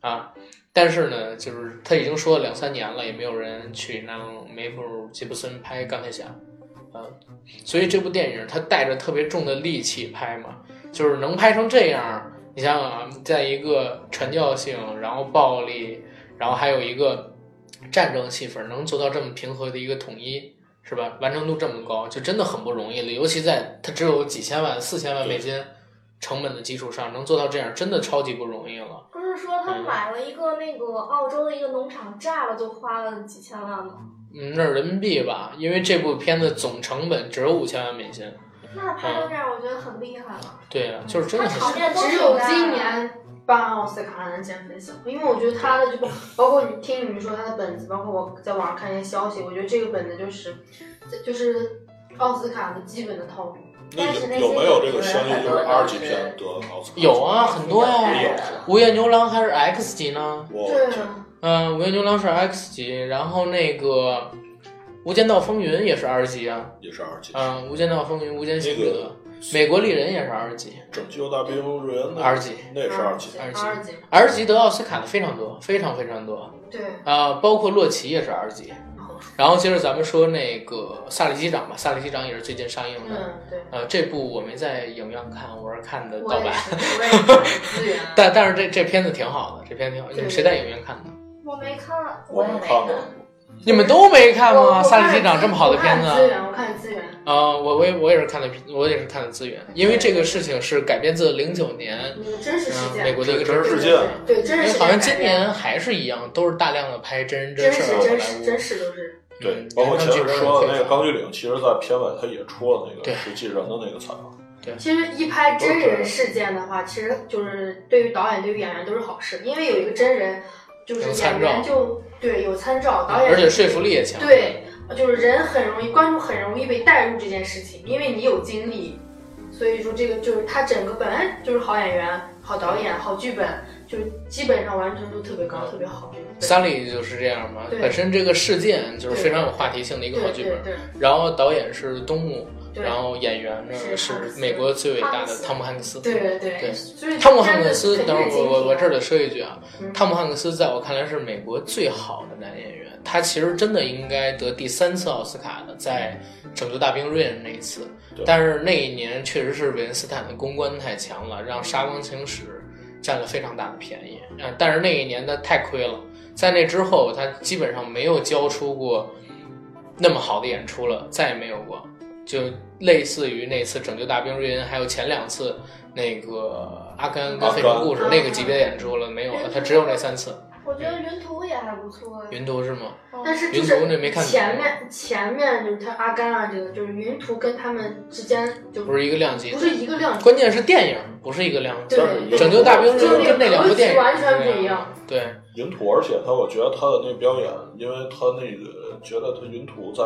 A: 啊。但是呢，就是他已经说了两三年了，也没有人去让梅尔吉布森拍钢铁侠，啊，所以这部电影他带着特别重的戾气拍嘛，就是能拍成这样，你想想啊，在一个传教性，然后暴力，然后还有一个战争气氛，能做到这么平和的一个统一，是吧？完成度这么高，就真的很不容易了。尤其在它只有几千万、四千万美金成本的基础上，能做到这样，真的超级不容易了。
B: 不是说
A: 嗯
B: 他买了一个那个澳洲的一个农场炸了，就花了几千万吗？
A: 嗯，那是人民币吧？因为这部片子总成本只有五千万美金。
B: 那拍成这样，我觉得很厉害了。
A: 对啊，嗯就是真的
B: 它场
A: 很。
B: 面都
C: 只有今年办奥斯卡能见分晓，因为我觉得他的这个，包括你听你们说他的本子，包括我在网上看一些消息，我觉得这个本子就是，这就是奥斯卡的基本的套路。
D: 那
E: 但是那
D: 有有没有这个
E: 些
D: 相应
E: 很
D: 就
E: 多
D: 是
E: 都
D: R 级
E: 是
D: 片得奥斯卡？
A: 有啊很多呀
D: 也有。
A: 午夜牛郎还是 X 级呢？
D: 我
C: 对
D: 天
C: 啊，
A: 嗯、午夜牛郎是 X 级，然后那个《无间道风云》也是 R 级啊。
D: 也是 R 级。
A: 嗯、无间道风云》《无间行
D: 那
A: 者
D: 个》
A: 美国丽人》也是 R 级
D: 拯救大兵瑞恩那
A: ，R 级嗯
D: 那也是 R 级。
A: 二级
C: 二级，
A: ，R 级得奥斯卡的非常多，非常非常多。
C: 对，
A: 啊、包括洛奇也是 R 级。
C: 哦
A: 然后接着咱们说那个《萨利机长》吧，《萨利机长》也是最近上映的。
C: 嗯，对，
A: 呃，这部我没在影院看，我是看的
C: 我
A: 盗
C: 也
A: 版。
C: 是，我也是资源。
A: 但但是这这片子挺好的，这片子挺好。你们谁在影院看的？
B: 我没看，
D: 我
E: 也
D: 没
E: 没
D: 看过，
A: 你们都没看
C: 我
A: 吗？《
C: 我
A: 萨利机长》这么好的片子
C: 我看资源，我看资源，
A: 啊、我我也我也是看的，我也是看的资源，因为这个事情是改编自零九年
C: 那个真实事
A: 嗯美
C: 件，
A: 国的一个
D: 真
A: 真
D: 实
A: 实
D: 事
A: 事
D: 件
A: 件。
C: 对，嗯真
A: 因
C: 实
A: 为
C: 事件
A: 好像今
C: 改编
A: 年还是一样，都是大量的拍真人
C: 真
A: 事
C: 实
A: 儿
C: 真
A: 的
C: 实
A: 好莱
C: 真
A: 坞。
C: 实都是，
D: 对
A: 嗯，，
D: 包括前面说的那个《钢锯岭》，其实在片尾它也出了那
A: 对
D: 个实际人的那个采访。
C: 其实一拍真人事件的话，其实就是对于导演、对于演员都是好事，因为有一个真人，就是
A: 有
C: 演
A: 参照嗯
C: 员就对有参照，导演
A: 而且说服力也强。
C: 对，就是人很容易，观众很容易被带入这件事情，因为你有经历，所以说这个就是他整个本来就是好演员、好导演、好剧本，就是基本上完成度特别高，特别好。
A: 嗯三里就是这样嘛，
C: 对
A: 本身这个事件就是非常有话题性的一个好剧本
C: 对。对
A: 然后导演是东木，
C: 对
A: 然后演员呢
C: 是
A: 是
C: 汤姆
A: 美国最伟大
B: 汉克
A: 的
B: 斯
A: 汤姆汉克斯。
C: 对对对
A: 对
C: 所以
A: 汤姆汉克斯，
C: 片子
A: 等会儿
C: 肯定是
A: 我我我
C: 精品
A: 这儿得说一句啊，
C: 嗯
A: 汤姆汉克斯在我看来是美国最好的男演员，他其实真的应该得第三次奥斯卡的，在《拯救大兵瑞恩》那一次
D: 对，
A: 但是那一年确实是韦恩斯坦的公关太强了，让《杀光情史》占了非常大的便宜，啊，但是那一年他太亏了，在那之后他基本上没有交出过那么好的演出了，再也没有过，就类似于那次《拯救大兵瑞恩》，还有前两次那个《阿甘跟
D: 阿甘
A: 非诚勿扰》
C: 嗯
A: 那个级别演出了没有了，他只有那三次。
B: 我觉得云图也还不错嗯呀。
A: 云图是吗？
C: 但是就
A: 云
C: 是
A: 图那没看
C: 前面前面就是他阿甘啊，这个就是云图跟他们之间就
A: 不是一个量级
C: 不，是一个量级，
A: 关键是电影不是一个量级
C: 对。
D: 但是
A: 拯救大兵瑞
C: 就是
A: 恩跟那两部
C: 格
A: 电
C: 局
A: 影
C: 完全不一样。
A: 对，
D: 云土，而且他我觉得他的那表演，因为他那个觉得他云土在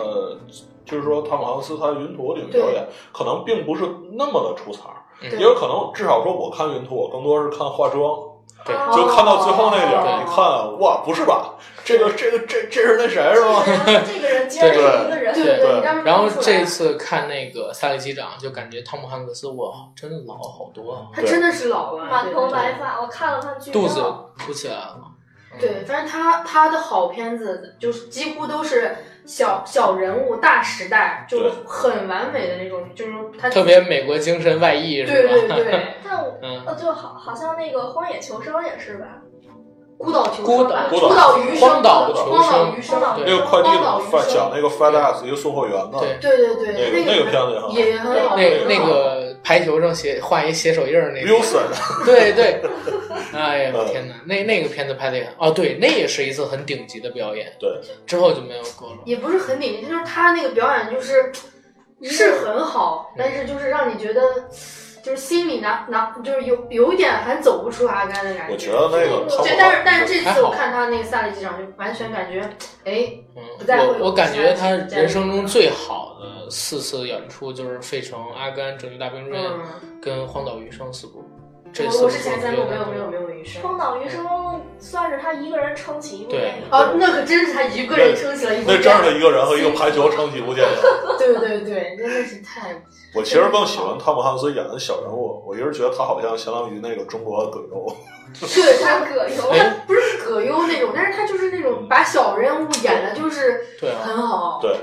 D: 呃，就是说汤姆汉克斯他云土里面表演可能并不是那么的出彩儿，
A: 嗯
D: 也有可能至少说我看云土，我更多是看化妆。
A: 对
C: 哦
D: 就看到最后那点
A: 对
D: 儿，你看，哇，不是吧？这个这个这这是那谁是吧？
B: 这个人竟然是一个人，
C: 对
A: 对
C: 对，
D: 对
C: 你当时
A: 然后
C: 看不出来
A: 这次看那个《萨利机长》，就感觉汤姆汉克斯哇，真的老好多啊，
C: 他真的是老了，
B: 满头
C: 对
B: 白发，我看了看剧
A: 肚
B: 照，
A: 子凸起来了。嗯
C: 对，反正他他的好片子就是几乎都是小小人物大时代，就
D: 对
C: 很完美的那种，就是他
A: 特别美国精神外溢
C: 对
A: 是吧？
C: 对对，
B: 但我
A: 嗯，
B: 呃，就好好像那个《荒野求生》也是吧？
C: 孤岛求
A: 孤
C: 生
A: 岛
C: 吧，
D: 孤
C: 孤
D: 岛
C: 岛余生，
A: 荒岛求
C: 荒岛
A: 生
C: 余
B: 荒岛
A: 对
D: 那个快递
C: 荒岛余
D: 贩
C: 生
D: 讲那个 FedEx 一个送货员的，
A: 对
C: 对对对，那
D: 那个那个片子也很好
C: 也很好，
A: 那
D: 对
A: 那个排球上写画一写手印儿那个，
D: Wilson，
A: 对对，哎呀
D: 嗯
A: 天哪，那那个片子拍的也很哦，对，那也是一次很顶级的表演，
D: 对，
A: 之后就没有过了。
C: 也不是很顶级，就是他那个表演就是是很好，但是就是让你觉得就是心里拿拿就是有有一点还走不出阿甘的感
D: 我觉得那个汤姆
C: 对，但是但是这
A: 还
C: 次
A: 好
C: 我看他那个萨利机长就完全感觉，哎，
A: 嗯
C: 不再会有
A: 我我感觉他
C: 下一次再
A: 人生中最好的四次演出就是《费城》《阿甘》《拯救大兵瑞恩》
C: 嗯，哦
A: 跟《荒岛余生》四部，这四
C: 我
A: 部
C: 我是前三
A: 部
C: 部没有没有没有余生。
B: 《荒岛余生》算是他一个人撑起一部
A: 对
B: 电影。
C: 哦，那可真是他一个人撑起了一部
D: 那真是
C: 片，
D: 一个人和一个排球撑起一部电影。
C: 对对对，真的是 太
D: 我其实更喜欢汤姆汉克斯演的小人物，我一直觉得他好像相当于那个中国的葛优。
C: 对他葛优，
A: 哎
C: 他不是葛优那种，但是他就是那种把小人物演的，就是
A: 对啊，
C: 很好。
D: 对，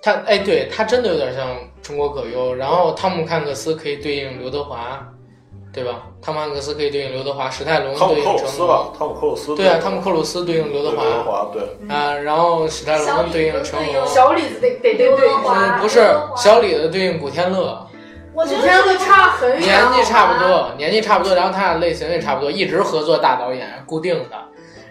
A: 他哎，对他真的有点像中国葛优，然后汤姆汉克斯可以对应刘德华，对吧？汤姆汉克斯可以对应刘德华，史泰龙
D: 汤
A: 嗯
D: 姆
A: 对
D: 克
A: 应
D: 鲁
A: 成
D: 斯
A: 龙，
D: 吧，汤姆克鲁斯。
A: 对啊，汤姆克鲁斯对应刘
D: 对
A: 德
D: 刘德
A: 华。
D: 华，对，
A: 啊，然后史泰
B: 小
A: 龙
B: 李
A: 对
B: 子
A: 应成
B: 对
A: 龙
B: 应，
C: 小李子得得对对，
B: 刘德华
A: 嗯不是
B: 刘德华
A: 小李子对应古天乐，
B: 我
C: 古
B: 觉得
C: 天乐差很 远，
A: 年纪差不
C: 好吧。
A: 多，年纪差不多，然后他俩类型也差不多，一直合作大导演固定的，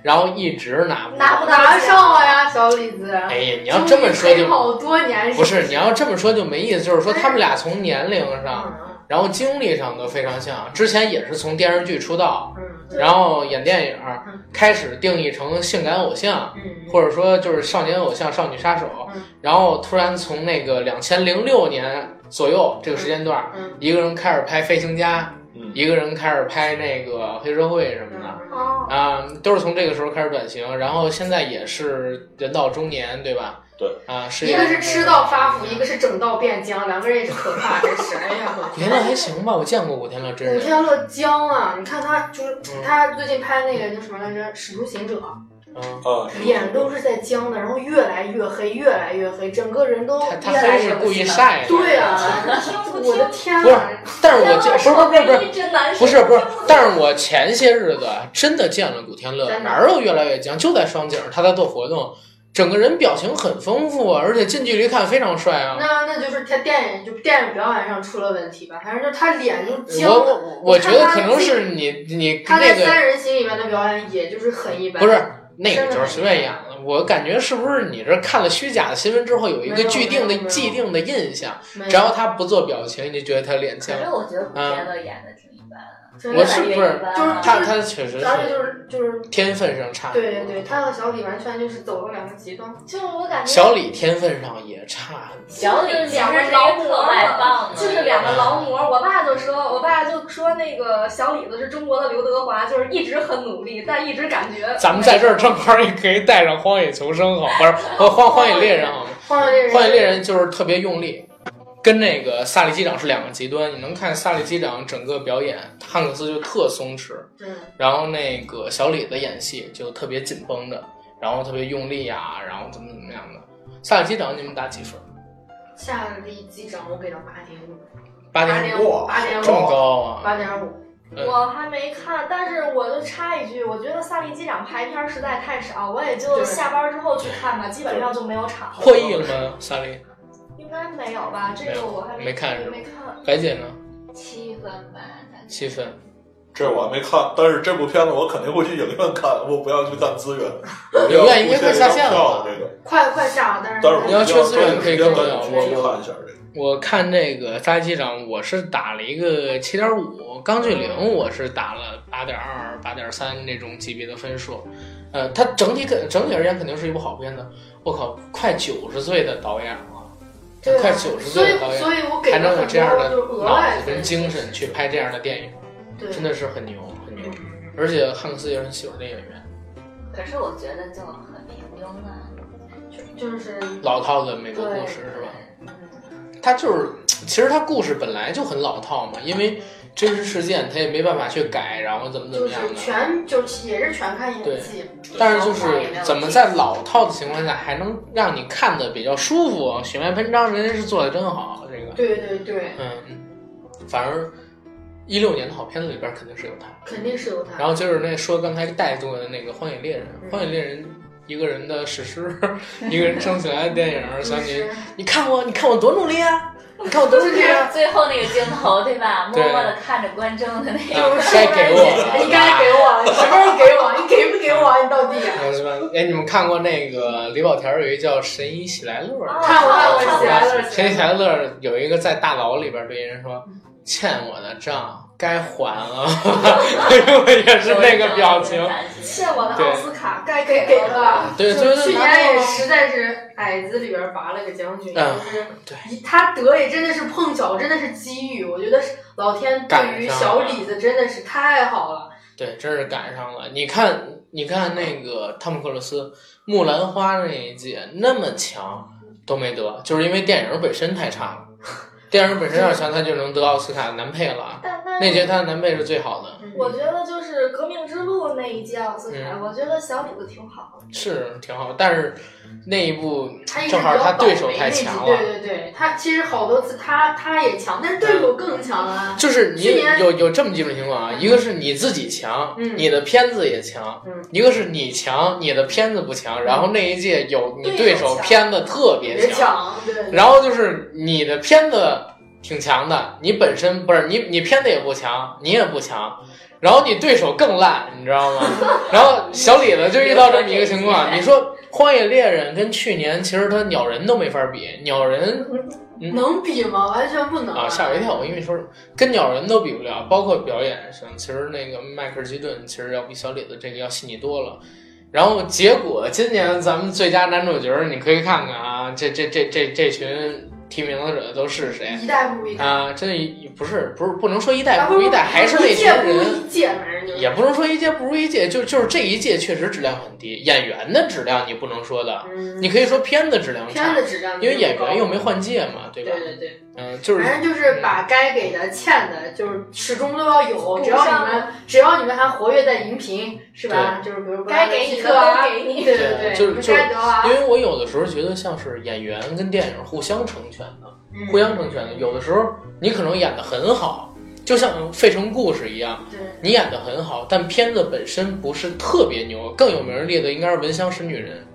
A: 然后一直拿不
B: 拿不
A: 到。
B: 到
C: 拿上了呀，小李子。啊
A: 哎呀，你要这么说
C: 终于陪
A: 就
C: 好多年
A: 不是，你要这么说就没意思，就是说他们俩从年龄上，
C: 嗯
A: 然后经历上都非常像，之前也是从电视剧出道，
C: 嗯
A: 然后演电影
C: 嗯，
A: 开始定义成性感偶像，
C: 嗯，
A: 或者说就是少年偶像、少女杀手
C: 嗯，
A: 然后突然从那个两千零六年左右这个时间段
C: 嗯，
A: 一个人开始拍《飞行家》，
D: 嗯，
A: 一个人开始拍那个黑社会什么的。
C: 嗯
B: 哦，
A: 啊，都是从这个时候开始转型，然后现在也是人到中年，对吧？
D: 对
A: 啊，是
C: 一个是吃到发福，一个是整到变僵，两个人也是可怕，真是哎呀！
A: 古 天乐还行吧，我见过古天乐真
C: 古
A: 人。
C: 天乐僵了，你看他就是
A: 嗯
C: 他最近拍那个叫什么来着，《使徒行者》，
A: 嗯，
D: 啊，
C: 脸都是在僵的，然后越来越黑，越来越黑，整个人都
A: 他他
C: 越来
A: 黑
C: 越
A: 是故意
C: 不行
A: 晒的。
C: 对啊，
B: 听不
C: 我的
B: 听？
C: 天
A: 不是
C: 啊！
A: 但是我见不是不是不是
B: 一真难受。
A: 不是不是，但是我前些日子啊真的见了古天乐
C: 在，哪
A: 哪
C: 儿
A: 儿有越来越僵？就在双井，他在做活动，整个人表情很丰富啊，而且近距离看非常帅啊。
C: 那那就是他电影就电影表演上出了问题吧，反正就是他脸就
A: 我
C: 僵了。
A: 我我觉得可能是你你
C: 他在
A: 那
C: 《
A: 个
C: 三人行》里面的表演也就是很一般，
A: 不是那个就是随便演了，我感觉是不是你这看了虚假的新闻之后有一
C: 没
A: 个
C: 有
A: 既定
C: 没
A: 的
C: 有没有
A: 既定的印象，
C: 没有，
A: 只要他不做表情，你就觉得他脸
E: 可
A: 僵。
E: 是我觉得古天乐演的挺一般的，
C: 真
A: 嗯
C: 的
A: 我是不是
C: 就是
E: 啊
A: 他他确实
C: 而且
A: 是
C: 就是就是
A: 天分上差，
C: 对对对，他和小李完全就是走了两个极端。
B: 就是我感觉
A: 小李天分上也差很多。
E: 小李
B: 就是
E: 其
B: 两个
E: 实是一
B: 劳模
E: 个特外放
B: 嘛，
E: 的，
B: 就是两个劳模。我爸就说，我爸就说那个小李子是中国的刘德华，就是一直很努力，但一直感觉
A: 咱们在这儿正好也可以带上《荒野求生》好，不是《荒荒荒野猎人》好吗？
C: 荒野猎
A: 《
C: 人，
A: 荒野猎人》就是特别用力，跟那个萨利机长是两个极端。你能看萨利机长整个表演，汉克斯就特松弛，
C: 嗯，
A: 然后那个小李的演戏就特别紧绷的，然后特别用力啊，然后怎么怎么样的。萨利机长你们打几分？
C: 夏利机长我给到八点五，
A: 八
C: 点
A: 点
C: 五，八点
A: 这么
C: 五，
A: 高啊？
C: 八点五，
A: 嗯
B: 我还没看，但是我就插一句，我觉得萨利机长排片儿实在太少，我也就
C: 对
B: 下班之后去看吧，基本上就没有场。
A: 获益了吗？萨利，
B: 应该没有吧？这
A: 没
B: 个
A: 有
B: 我还没
A: 没看是吧
B: 没看。
A: 白姐呢？
E: 七分吧，大概
A: 七分。
D: 这我还没看，但是这部片子我肯定会去影院看，我不要去看资源。
A: 影院应该快下线了吧
D: 这个，
C: 快快下了，但是
D: 但是我
A: 你要缺资源
D: 我
A: 可以跟我
D: 我
A: 聊
D: 去
A: 我
D: 看一下这个。
A: 我看这个《杀机长》，我是打了一个七点五，《钢锯岭》我是打了八点二、八点三那种级别的分数。呃，它整体肯整体而言肯定是一部好片子。我靠，快九十岁的导演了，
C: 对啊
A: 快九十
C: 所
A: 岁
C: 以
A: 的导演
C: 所以我给
A: 还
C: 了
A: 能
C: 很
A: 有
C: 多
A: 这样的
C: 就是额
A: 脑
C: 外
A: 子跟精神去拍这样的电影，
C: 对，嗯
A: 真的是很牛很牛。而且汉克斯也是很喜欢的演员，
E: 可是我觉得就很平庸啊，
C: 就是
A: 老套的美
E: 对，
A: 国故事是吧？
E: 嗯，
A: 他就是，其实他故事本来就很老套嘛，因为真实事件他也没办法去改，然后怎么怎
C: 就
A: 么样
C: 是
A: 的。
C: 全就是也是全看演技，
A: 但是就是怎么在老套的情况下还能让你看的比较舒服，血脉喷张，人家是做的真好，这个，
C: 对对对，
A: 嗯，反正一六年的好片子里边肯定是有他。
C: 肯定是有他。
A: 然后就是那说刚才带动的那个《荒野猎人》，
C: 嗯
A: 荒野猎人》一个人的史 诗，一个人撑起来的电影，
C: 就
A: 想你
C: 是，
A: 你看我，你看我多努力 啊，你看我多努力啊，
E: 最后那个镜头对吧？默
A: 对
E: 默的看着观众的那
A: 啊
E: 个，
A: 该给我了，
C: 你该给我，你什么时候给我？你给不给我？你到底？
A: 嗯是吧？哎，你们看过那个李保田儿有一叫神医喜来乐儿的？
C: 看我看我喜来乐，
A: 神医喜来乐儿有一个在大牢里边儿对人说：“欠我的账该还了。” 也 是那个表情。
B: 欠我的
A: 对
B: 奥斯卡该
C: 给
B: 给
C: 给
B: 了
C: 了。
A: 对
C: 就
A: 就是
C: 去
A: 拿到
C: 年也
A: 了
C: 实在是矮子里边拔了个将军，
A: 嗯
C: 就是
A: 对
C: 一他得也真的是碰巧，真的是机遇。我觉得是老天对
A: 赶
C: 于
A: 上
C: 小
A: 了
C: 李子真的是太好了。
A: 对，真是赶上了。你看，你看那个汤姆克鲁斯《木兰花》那一季那么强都没得，就是因为电影本身太差了。电影本身要强，他就能得奥斯卡男配了。
B: 但但
A: 那届他的男配是最好的，
B: 我觉得就是《革命之路》那一届奥斯卡，
A: 嗯
B: 我觉得小李子挺好的。
A: 是挺好，但是那一部
C: 他一直
A: 正好
C: 比较
A: 他对
C: 倒
A: 手
C: 霉
A: 太
C: 那集
A: 强了
C: 对对对，他其实好多次他他也强，但是对手更强啊。
A: 就是你
C: 去年
A: 有有这么几种情况啊，
C: 嗯
A: 一个是你自己强，
C: 嗯
A: 你的片子也强；
C: 嗯
A: 一个是你强，你的片子不强。然后那一届有你对
B: 对
A: 手
B: 手强
A: 片子特
C: 特
A: 别
C: 别强，对。
A: 然后就是你的片子挺强的，你本身不是你你片子也不强，你也不强，然后你对手更烂，你知道吗？ 然后小李子就遇到这么一个情 况，你说《荒野猎人》跟去年其实他鸟人都没法比，鸟人
C: 能比吗？完全不能
A: 啊，吓我一跳！我因为说跟鸟人都比不了，包括表演上，其实那个迈克尔基顿其实要比小李子这个要细腻多了。然后结果今年咱们最佳男主角，你可以看看啊，这这这这这群提名者都是谁
C: 一代不如一代，
A: 啊？真的一不是不是不能说一代
C: 啊
A: 不
C: 不
A: 如
C: 是
A: 一代，还是那
C: 一
A: 群
C: 届不如
A: 人。
C: 一届，反正就是
A: 也不能说一届不如一届，就就是这一届确实质量很低，演员的质量你不能说的，
C: 嗯
A: 你可以说片子质量
C: 片
A: 差，
C: 子质量
A: 因为演
C: 不高
A: 员又没换届嘛，对
C: 对
A: 吧？
C: 对对，
A: 嗯，就是
C: 反正就是把该给的、欠的，就是始终都要有。只要你们只要你们还活跃在荧屏，是吧？就是比如说
B: 该给你的
C: 克啊
B: 都给你
C: 对对对，
A: 就是就是
C: 该得啊
A: 因，为我有的时候觉得像是演员跟电影互相成全的，
C: 嗯
A: 互相成全的。有的时候你可能演的很好，就像《费城故事》一样，
C: 对
A: 你演的很好，但片子本身不是特别牛。更有名的例子应该是《闻香识女人》，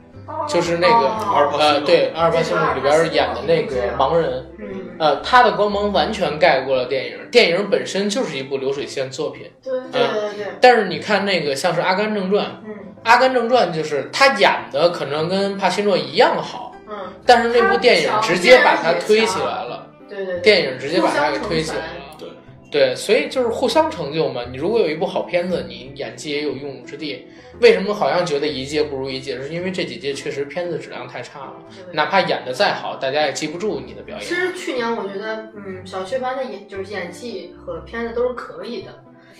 A: 就是那个、
C: 哦
D: 阿尔帕西
A: 呃，
D: 诺
A: 对，阿尔巴西诺里边演的那个盲人，
C: 嗯
A: 呃，他的光芒完全盖过了电影。电影本身就是一部流水线作品，
B: 对
C: 对对对，
A: 但是你看那个像是《阿甘正传》，《
C: 嗯
A: 阿甘正传》就是他演的可能跟帕西诺一样好。
C: 嗯，
A: 但是那部电影直接把它推起来了，
C: 对对对，
A: 电影直接把它给推起来了。
D: 互相成全
A: 对，所以就是互相成就嘛。你如果有一部好片子，你演技也有用武之地。为什么好像觉得一届不如一届？是因为这几届确实片子质量太差了，哪怕演的再好，大家也记不住你的表
C: 其
A: 演。
C: 实去年我觉得，嗯，小雀斑的演就是演技和片子都是可以的，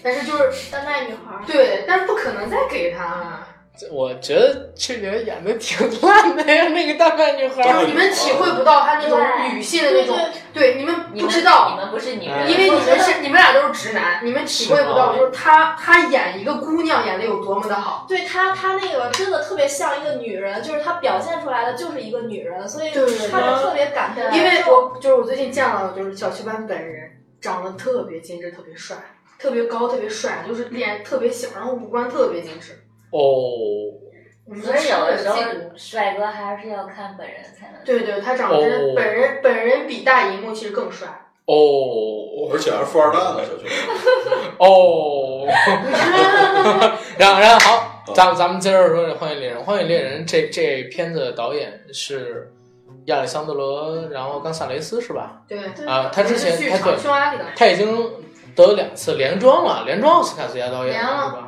C: 但是就是
B: 丹麦女孩儿，
C: 对，但是不可能再给他了。
A: 我觉得这里面演的挺烂的呀，那个大半女孩
D: 当
A: 儿
D: 然
C: 你们体会不到他那种
E: 对
C: 女性的那种，对，你们
E: 你
C: 不
E: 们
C: 知道
E: 你，们不是女人，
A: 哎
C: 因为你们是你们俩都是直男，你们体会不到，
A: 是
C: 就是他他演一个姑娘演的有多么的好。
B: 对她，她那个真的特别像一个女人，就是她表现出来的就是一个女人，所以
C: 对对对
B: 看着特别感动。
C: 因为我就是我最近见了就是小雀斑本人，长得特别精致，特别帅，特别高，特别帅，就是脸特别小，然后五官特别精致。
A: 哦，
C: 我们
E: 所以有的时
C: 是进
E: 候帅哥还是要看本人才能。
C: 对对，他长得真
A: 哦
C: 的本人本人比大荧幕其实更帅。
A: 哦
D: 而且还是富二代呢，小兄
A: 哦，然后然后好，咱们咱们接着说这《荒野猎人》。《荒野猎人这》这片子的导演是亚历桑德罗，然后冈萨雷斯是吧？
C: 对，
B: 对
A: 啊、他之前
C: 去
A: 他对
C: 长匈牙利的，
A: 他已经得两次连庄了，连庄奥斯卡最佳导演
C: 连了
A: 是吧？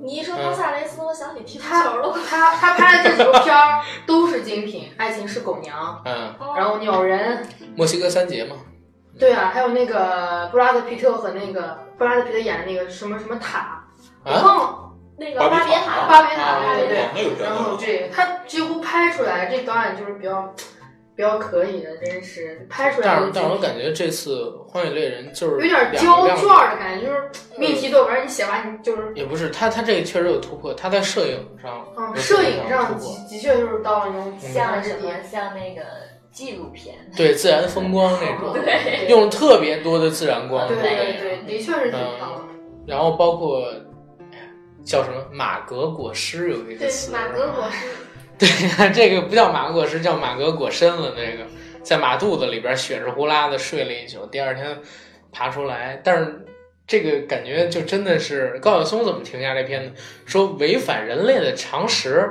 B: 你一
D: 嗯
B: 说冈萨雷斯，我想起踢足
C: 他
B: 球了。
C: 他他拍的这几部片 儿都是精品，《爱情是狗
E: 哦
C: 娘
A: 嗯，》，
C: 然后《鸟人》，
A: 墨西哥三杰嘛，
C: 对啊，还有那个布拉德皮特和那个布拉德皮特演的那个什么什么塔，我
A: 啊
C: 忘了
B: 那个巴别塔，
C: 巴别 塔，
A: 啊
C: 对对对
D: 弟，。那个片
C: 然后
D: 子啊
C: 这他几乎拍出来，这导演就是比较比较可以的，真是拍出来
A: 但
C: 就是
A: 但是我感觉这次《荒野猎人》就是
C: 有点
A: 两
C: 胶
A: 个亮嗯
C: 卷
A: 点
C: 儿的感觉，就是命题作文你写完你就是，
A: 也不是他他这个确实有突破，他在摄影上
C: 嗯，
A: 有
C: 摄
A: 非
C: 影
A: 常
C: 上
A: 突破
C: 的的确就是到了那种极
E: 像
C: 限
E: 什
C: 之地。
E: 么像那个纪录片，
A: 对自然风光那种，
E: 对
A: 用了特别多的自然光
C: 对
A: 源，
C: 对对，的确是挺棒的。
A: 然后包括哎呀叫什么马革果尸有一个
B: 对
A: 词，
B: 马格果是
A: 对，这个不叫马革果尸，叫马革果参了。那个在马肚子里边血着呼啦的睡了一宿，第二天爬出来，但是。这个感觉就真的是高晓松怎么评价这片子？说违反人类的常识，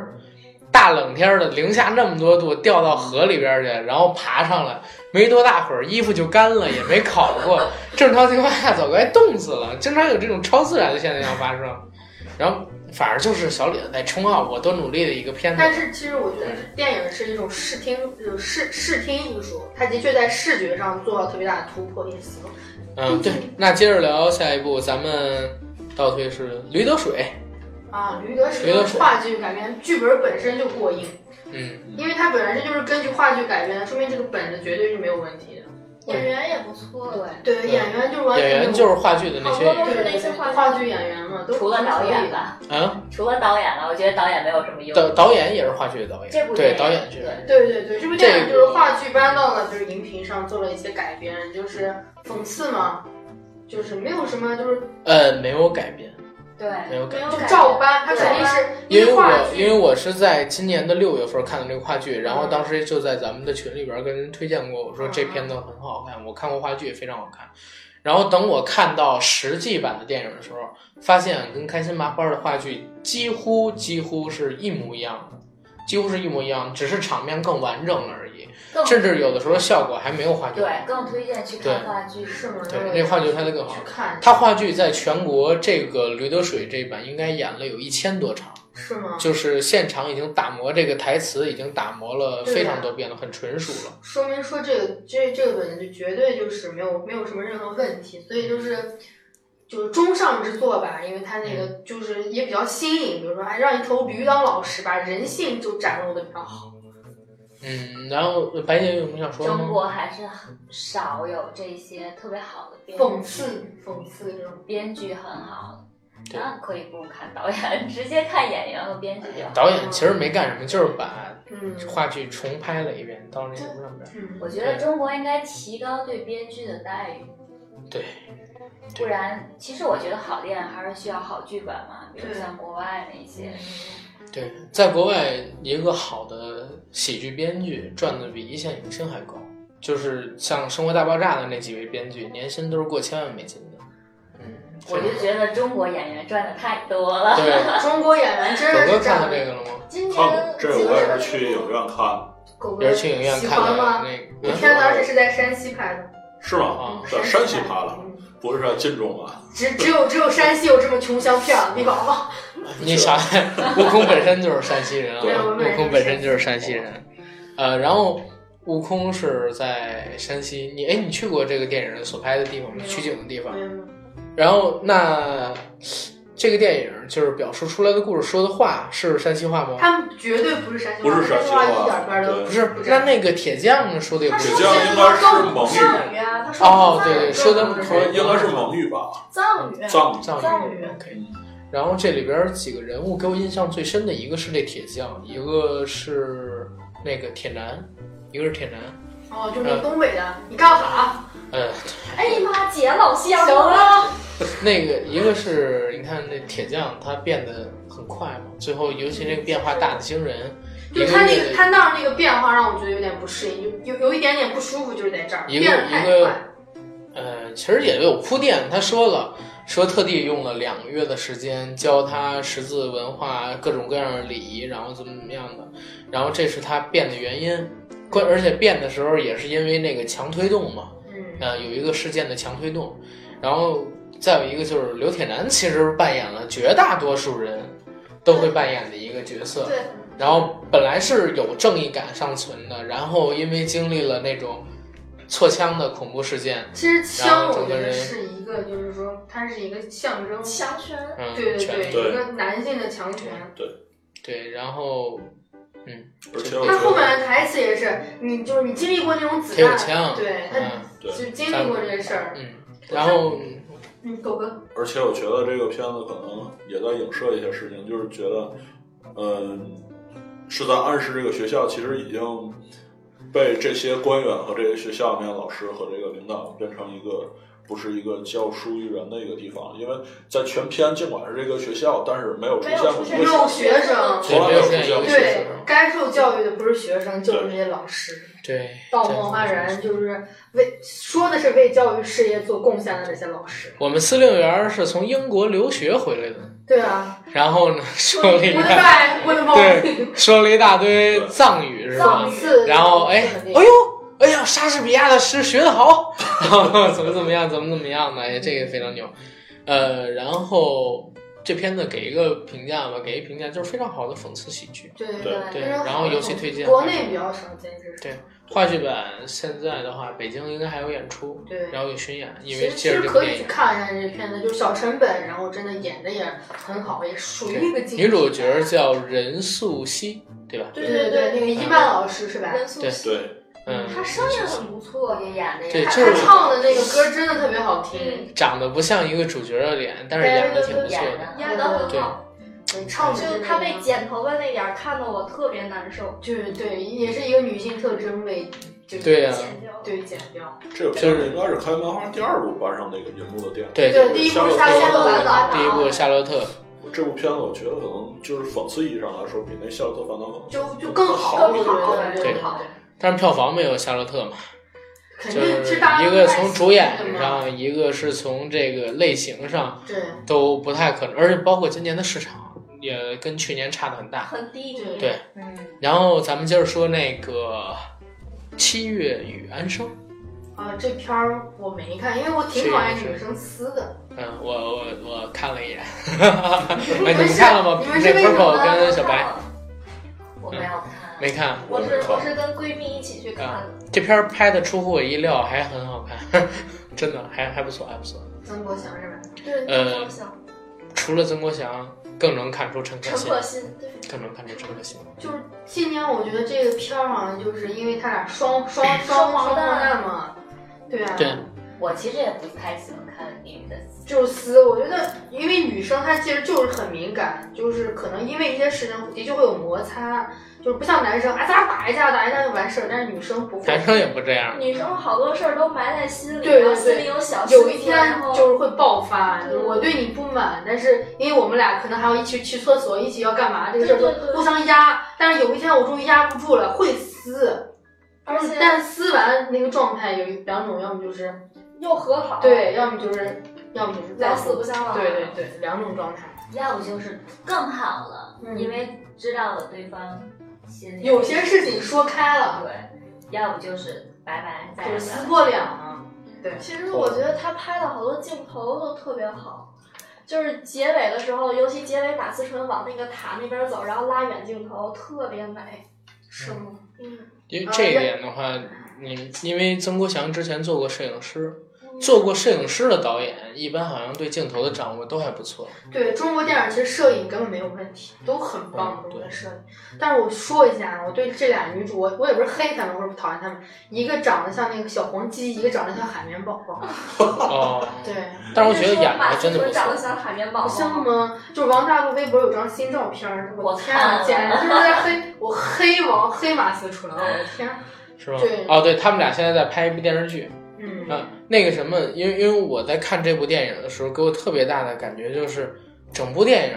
A: 大冷天儿的零下那么多度，掉到河里边儿去，然后爬上来，没多大会儿衣服就干了，也没烤过。正常情况下早该冻死了，经常有这种超自然的现象发生。然后反而就是小李子在冲啊，我多努力的一个片子。
C: 但是其实我觉得电影是一种视听，就是视视听艺术，它的确在视觉上做了特别大的突破，也行。
A: 嗯，对，那接着聊下一步，咱们倒推是《驴得水
C: 啊，驴得水
A: 驴得
C: 的
A: 水
C: 话剧改编剧本本身就过硬，》。
A: 嗯，
C: 因为它本身就是根据话剧改编的，说明这个本子绝对是没有问题的。
B: 演员也不错，
E: 对，
C: 对，演员就是完全
A: 演
C: 没有
A: 员就是话剧的那些演员。
B: 好多都是那些话剧
C: 话剧演员嘛，都
E: 除了导演，吧，
A: 嗯，
E: 除了导演了，我觉得导演没有什么用。
A: 导导演也是话剧的导
E: 这
A: 演，
E: 部
A: 对，
E: 电
A: 导
E: 影
A: 演是。
E: 对
C: 对对对，这部电影
A: 这
C: 就
A: 个
C: 是话剧搬到了就是荧屏上做了一些改编，就是讽刺嘛，就是没有什么就是
A: 呃，没有改编，
E: 对，
A: 没有改编
B: 没有。
C: 就
B: 感觉
C: 照搬，它肯定是
A: 因为
C: 话
A: 我因
C: 剧
A: 为我是在今年的六月份看的这个话剧，然后当时就在咱们的群里边跟人推荐过，我说这片子很好看，我看过话剧非常好看。然后等我看到实际版的电影的时候，发现跟开心麻花的话剧几乎几乎是一模一样的，几乎是一模一样，只是场面更完整了而已，
E: 更
A: 甚至有的时候效果还没有话剧好。
E: 对更推荐去看话剧。
C: 是吗？
A: 对
C: 我
A: 那话剧拍得更好
C: 去看
A: 他话剧在全国这个《驴得水》这一版应该演了有一千多场。
C: 是吗？
A: 就是现场已经打磨这个台词，已经打磨了非
C: 啊
A: 常多遍了，很纯熟了。
C: 说明说这个这这个本子绝对就是没有没有什么任何问题，所以就是就是中上之作吧，因为它那
A: 嗯
C: 个就是也比较新颖，比如说还让一头驴当老师，把人性就展露的比较好。
A: 嗯，然后白姐有什么想说的
E: 中
A: 吗？
E: 国还是很少有这些特别好的编
C: 讽刺讽刺这种，
E: 编剧很好，
A: 对
E: 那可以不用看导演， 直接看演员和编剧就好。
A: 导演其实没干什么，就是把
C: 嗯
A: 话剧重拍了一遍，到那什么上边。
C: 嗯，
E: 我觉得中国应该提高对编剧的待遇，
A: 对，
E: 不然，其实我觉得好电影还是需要好剧本嘛，比如
C: 对
E: 像国外那
A: 嗯
E: 些，
A: 对，在国外一个好的喜剧编剧赚的比一线影星还高，就是像《生活大爆炸》的那几位编剧，年薪都是过千万美金的。嗯，
E: 我就觉得中国演员赚的太多 了。
A: 对，
C: 中国演员真 的
A: 狗哥
C: 是
A: 看
C: 占
A: 到
C: 了
A: 这个了吗？
B: 今
D: 看过
B: 年，
D: 哦这我也是去影院看，
C: 狗
A: 也
C: 哥
A: 是去影院
C: 喜
A: 看
C: 欢
A: 的
C: 吗？
A: 那
C: 一
A: 个。嗯
C: 天而且是在山西拍的，
D: 是吗？
A: 啊
D: 在山西拍的，
C: 嗯
D: 不是在晋中啊。
C: 只只有只有山西有这么穷乡僻
A: 嗯
C: 壤的地方吗？
A: 你想，悟空本身就是山西人啊，
D: 对
A: 悟空本身就是山西人。呃，然后悟空是在山西，你哎，你去过这个电影所拍的地方吗？
C: 没有
A: 取景的地方
C: 没。有没有
A: 然后那这个电影就是表述出来的故事说的话是山西话吗？
C: 他们绝对不是山西
D: 不
C: 话，
D: 是山西
C: 话
D: 话
C: 一点边儿都
D: 对
A: 不是，那那个铁匠说的也不
B: 他
A: 是
D: 铁
B: 说
D: 匠
B: 的
D: 应该是蒙语
B: 藏语啊，他说
A: 哦
B: 的藏语
A: 对说的
B: 不是
A: 口音
D: 应该是蒙语吧，
B: 藏
C: 啊
B: 语，
D: 藏语。
A: 藏
B: 藏
A: 语
B: 语
A: OK。然后这里边几个人物给我印象最深的一个是这铁匠，一个是那个铁男，一个是铁男。
C: 哦，就是那东北的，你干啥？
A: 嗯，
B: 哎妈，姐老乡
C: 行
B: 了，
A: 那个一个是你看那铁匠他变得很快嘛，最后尤其那个变化大的惊人，一
C: 就
A: 个
C: 是他那
A: 月
C: 个摊档那个变化让我觉得有点不适应，有有有一点点不舒服，就是在这儿
A: 一个
C: 变得太
A: 一个
C: 快。
A: 呃，其实也有铺垫，他说了，说特地用了两个月的时间教他识字文化、各种各样的礼仪，然后怎么怎么样的，然后这是他变的原因。关而且变的时候也是因为那个强推动嘛，
C: 嗯，
A: 呃，有一个事件的强推动，然后再有一个就是刘铁男其实扮演了绝大多数人都会扮演的一个角色，
B: 对，
A: 然后本来是有正义感尚存的，然后因为经历了那种错枪的恐怖事件，
C: 其实枪
A: 然后整个
C: 我觉得
A: 人
C: 是一个，就是说它是一个象征，
B: 强权，
A: 嗯，
C: 对对
A: 全
C: 对，
D: 对
C: 一个男性的强权。
A: 对，然后
D: 而且我
C: 他后
D: 觉得，
C: 面的台词也是，你就是你经历过那种子
A: 铁有
C: 弹，
A: 枪，
C: 对，他
A: 嗯
C: 就经历过这个事儿。
A: 嗯，然后
C: 嗯，狗哥，
D: 而且我觉得这个片子可能也在影射一些事情，就是觉得，嗯，是在暗示这个学校其实已经被这些官员和这些学校里面的老师和这个领导变成一个不是一个教书育人的一个地方，因为在全片尽管是这个学校，但是没有出
B: 没
D: 现
B: 有
D: 过
B: 出
D: 一
B: 现
D: 个
C: 没有学生
A: 嗯对
D: 从来
A: 没
D: 没
A: 有
D: 有
A: 出
D: 出
A: 现
D: 现
A: 过
D: 过
A: 学
C: 对
A: 生，，
C: 该受教育的不是学生，就是这些老师。
A: 对，
C: 到
A: 真的
C: 梦幻人就是为说的是为教育事业做贡献的那些老师。
A: 我们司令员是从英国留学回来的，
C: 对 啊，
A: 然后呢，说
C: 我
A: 了一
C: 的
A: 大，
C: 在我的梦，
A: 说了一大堆藏语是吧
C: 放？肆。
A: 然后哎，哎呦，哎呀，莎士比亚的诗学得好， 怎么怎么样，怎么怎么样的，哎，这个非常牛。呃，然后这片子给一个评价吧，给一评价就是非常好的讽刺喜剧。
C: 对对
D: 对
A: 对，
C: 非常好
A: 然后尤其推荐
C: 国内比较少见这种。
A: 话剧版现在的话，北京应该还有演出，
C: 对，
A: 然后有巡演，因
C: 其
A: 为
C: 实其
A: 借着
C: 实
A: 这部
C: 可
A: 电
C: 以
A: 影
C: 去，看一下这片子，就是小成本，然后真的演的也很好，也属于一个经典
A: 女主角叫任素汐，对吧？
C: 对
B: 对
C: 对对，
B: 对
C: 那个一曼老师是吧？
B: 任素
A: 对
B: 汐，
D: 对，
A: 嗯，
B: 她声音很不错，
E: 也演的
A: 对
E: 也
C: 她
A: 这
C: 她
A: 个
C: 唱的那个歌真的特别好听，
B: 嗯，
A: 长得不像一个主角的脸，但是演的挺不错
E: 演
A: 的。
E: 的
B: 演得很好，
C: 对，唱的
B: 就她被剪头发那点儿看得我特别难受，
C: 就是对，也是一个女性特征被就是
A: 对啊呀
B: 剪掉了。
C: 对剪掉。
D: 这个片子应该是开漫画第二部搬上那个银幕的电影。
A: 对
C: 对，第一部是夏洛特烦恼，
A: 啊第一部《夏洛特》，
D: 这部片子，我觉得可能就是讽刺意义上来说，比那《夏洛特烦恼》可能
C: 就就更好，
D: 好
C: 我
D: 一
C: 觉
D: 点
C: 得
B: 对
C: 对对，
A: 但是票房没有《夏洛特》嘛。
C: 肯
A: 就
C: 定
A: 是
C: 是大家
A: 一
C: 都
A: 个
C: 在
A: 从
C: 喜
A: 主演
C: 欢的嘛，
A: 上，一个是从这个类型上
C: 对
A: 都不太可能，而且包括今年的市场也跟去年差的很大。
B: 很低迷，
A: 对
E: 嗯，
A: 然后咱们接着说那个《七月与安生》，
C: 啊，这片儿我没看，因为我挺讨厌女生撕的。
A: 嗯，我我我看了一眼，
C: 你
A: 哎，你
C: 们
A: 们
C: 是
A: 看了吗
C: 你？们
A: 那
C: 是为什么
A: purple 跟小白
E: 我
A: 嗯
E: 没有看，
A: 没看，
B: 我是
D: 靠
B: 我是跟闺蜜一起去看的，
A: 这片儿拍的出乎我意料，还很好看， 真的还还不错，还不错。
C: 曾国祥是吧？
B: 对，
A: 呃
B: 我想
A: 除了曾国祥，更能看出陈可
B: 陈
A: 辛，
B: 可辛，对，
A: 更能看出陈可辛。
C: 就是今年我觉得这个片儿好像就是因为他俩双双双
B: 双
C: 双
B: 黄
C: 蛋
B: 蛋
C: 嘛，对啊，
A: 对
E: 我其实也不太喜欢看女的，
C: 就是撕。我觉得因为女生她其实就是很敏感，就是可能因为一些事情的确会有摩擦，就是不像男生啊，咱俩打一架打一架就完事儿，但是女生不会
A: 男。生也不这样，
B: 女生好多事儿都埋在心里，
C: 对对
B: 然后
C: 对
B: 心里有小
C: 有一
B: 然
C: 天
B: 后
C: 就是会爆发，
B: 对
C: 我对你不满，但是因为我们俩可能还要一起去厕所，一起要干嘛，这个事儿
B: 对对对
C: 就互相压。但是有一天我终于压不住了，会撕，
B: 而且
C: 但是撕完那个状态有两种，要么就是
B: 又和好，，
C: 对，要么就是要么就是
B: 老死不相往来，嗯
C: 对对对，两种状态。
E: 要不就是更好了，
C: 嗯
E: 因为知道了对方心里
C: 有些事情说开了，
E: 对，要不就是拜拜再
C: 就
E: 也
C: 是
E: 不要
C: 撕破脸了。
B: 其实我觉得他拍的好多镜头都特别好，就是结尾的时候，尤其结尾马思纯往那个塔那边走，然后拉远镜头，特别美。
C: 是吗？
B: 嗯，
C: 啊
A: 因为这一点的话，你因为曾国祥之前做过摄影师，
C: 嗯
A: 做过摄影师的导演，一般好像对镜头的掌握都还不错。
C: 对中国电影，其实摄影根本没有问题，都很棒
A: 嗯
C: 的
A: 对
C: 中国摄影。但是我说一下，我对这俩女主，我我也不是黑她们或者讨厌她们，一个长得像那个小黄鸡，一个长得像海绵宝宝。
A: 哦，
C: 对，
A: 但是我觉得演的还真的不
B: 长得
A: 错。
B: 像海绵宝
C: 好
B: 宝，
C: 像吗？就是王大陆微博有张新照片儿，我
E: 我
C: 天啊，
E: 看了
C: 简直就是在黑我黑王黑马思纯，我的天啊！
A: 是吗
C: 对？
A: 哦，对他们俩现在在拍一部电视剧，
C: 嗯，
A: 啊，那个什么，因为因为我在看这部电影的时候，给我特别大的感觉就是，整部电影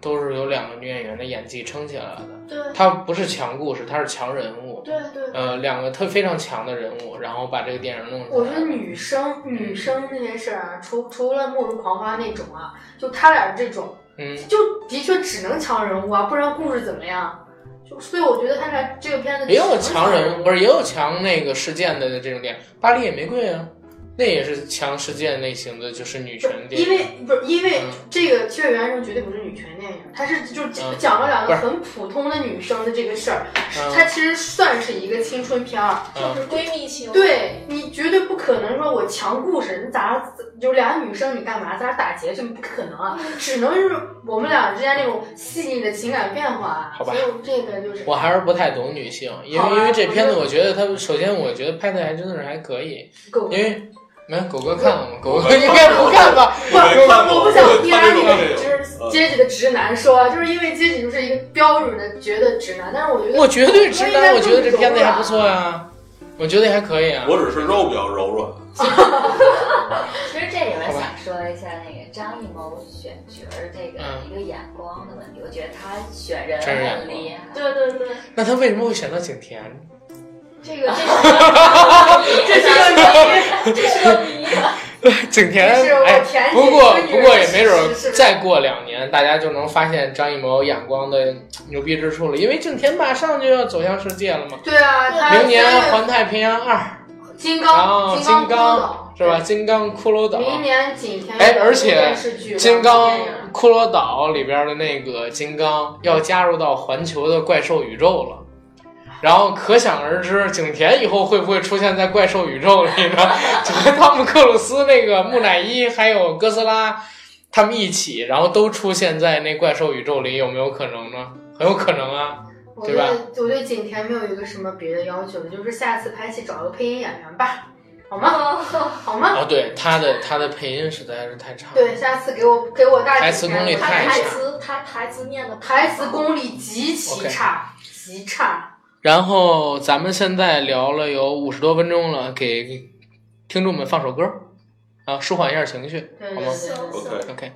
A: 都是由两个女演员的演技撑起来的。
B: 对
A: 她不是强故事，她是强人物。
B: 对对，
A: 呃，两个特非常强的人物，然后把这个电影弄出来。
C: 我觉得女生女生那些事儿啊，除除了《末日狂花》那种啊，就他俩这种，
A: 嗯，
C: 就的确只能强人物啊，不然故事怎么样？就所以我觉得他俩这个片子
A: 也有
C: 只能
A: 强人物，不
C: 物，
A: 是也有强那个事件的这种电影，《巴黎野玫瑰》啊，那也是强事件类型的，就是女权电影。
C: 因为不是因为
A: 嗯
C: 这个《雀跃人生》绝对不是女权电影，它是就是
A: 嗯
C: 讲了两
A: 不
C: 个
A: 是
C: 很普通的女生的这个事儿，它
A: 嗯
C: 其实算是一个青春片儿。
B: 就
A: 嗯
B: 是闺蜜情，，
C: 对你绝对不可能说我强故事，你咋就俩女生你干嘛？咱俩打劫去，不可能啊！只能是我们俩之间那种细腻的情感变化啊。
A: 好吧
C: 所以我这个就是
A: 我还是不太懂女性，因
C: 好
A: 为
C: 吧
A: 因为这片子，
C: 我
A: 我觉得它首先我觉得拍的还真的是还可以，
C: 狗
A: 因为没狗哥看了吗？狗哥
D: 我
A: 应该不看吧？
C: 不，
D: 我没看过
C: 我不想
D: 我没
C: 批
D: 看
C: 判那
D: 过这
C: 个
D: 个嗯
C: 就是阶级的直男说，就是因为阶级就是一个标准的绝对直男，但是我觉得
A: 我绝对直
C: 应该
A: 男，我觉得
C: 更
A: 这片子
C: 柔
A: 还
C: 软
A: 不错啊，我觉得还可以啊。
D: 我只是肉比较柔软，
E: 其实这里面
A: 好吧
E: 想说一下那个张艺谋选角儿这个
A: 嗯
E: 一个眼光的问题，我觉得他选人
A: 真是眼
E: 很
A: 光
E: 厉害。
B: 对对对，
A: 那他为什么会选到景甜？
B: 这个 这是这是个谜，这是个谜，
A: 景甜
C: 是我
A: 哎，
C: 田姐
A: 不过
C: 一个女
A: 不
C: 人
A: 过也没准儿
C: 是是是
A: 再过两年，大家就能发现张艺谋眼光的牛逼之处了，因为景甜马上就要走向世界了嘛。
C: 对啊，他
A: 明年
C: 三
A: 《
C: 月
A: 环太平洋二
C: 金》，
A: 然后
C: 刚
A: 《
C: 刚
A: 金
C: 孤
A: 刚
C: 岛》
A: 是吧？《金刚骷髅岛》
C: 明年景甜
A: 哎而且
C: 电视剧
A: 《
C: 吧
A: 金刚
C: 电影
A: 骷髅岛》里边的那个金刚要加入到环球的怪兽宇宙了，然后可想而知，景甜以后会不会出现在怪兽宇宙里呢？ 就跟汤姆克鲁斯那个木乃伊还有哥斯拉他们一起，然后都出现在那怪兽宇宙里，有没有可能呢？很有可能啊。
C: 我
A: 对
C: 对
A: 吧
C: 我对景甜没有一个什么别的要求，就是下次拍戏找个配音演员吧，好吗？好吗？
A: 哦，对，他的他的配音实在是太差了。
C: 对，下次给我给我大
A: 台词
C: 景
A: 功力
C: 甜
B: 他
A: 太
C: 拍
A: 差
B: 台
C: 拍
B: 词他台词念的
C: 台词功力极其
A: OK
C: 差，极差。
A: 然后咱们现在聊了有五十多分钟了，给听众们放首歌，啊，舒缓一下情绪。
C: 对
A: 好
C: 对
A: 吗
C: 对对。
D: OK
A: OK，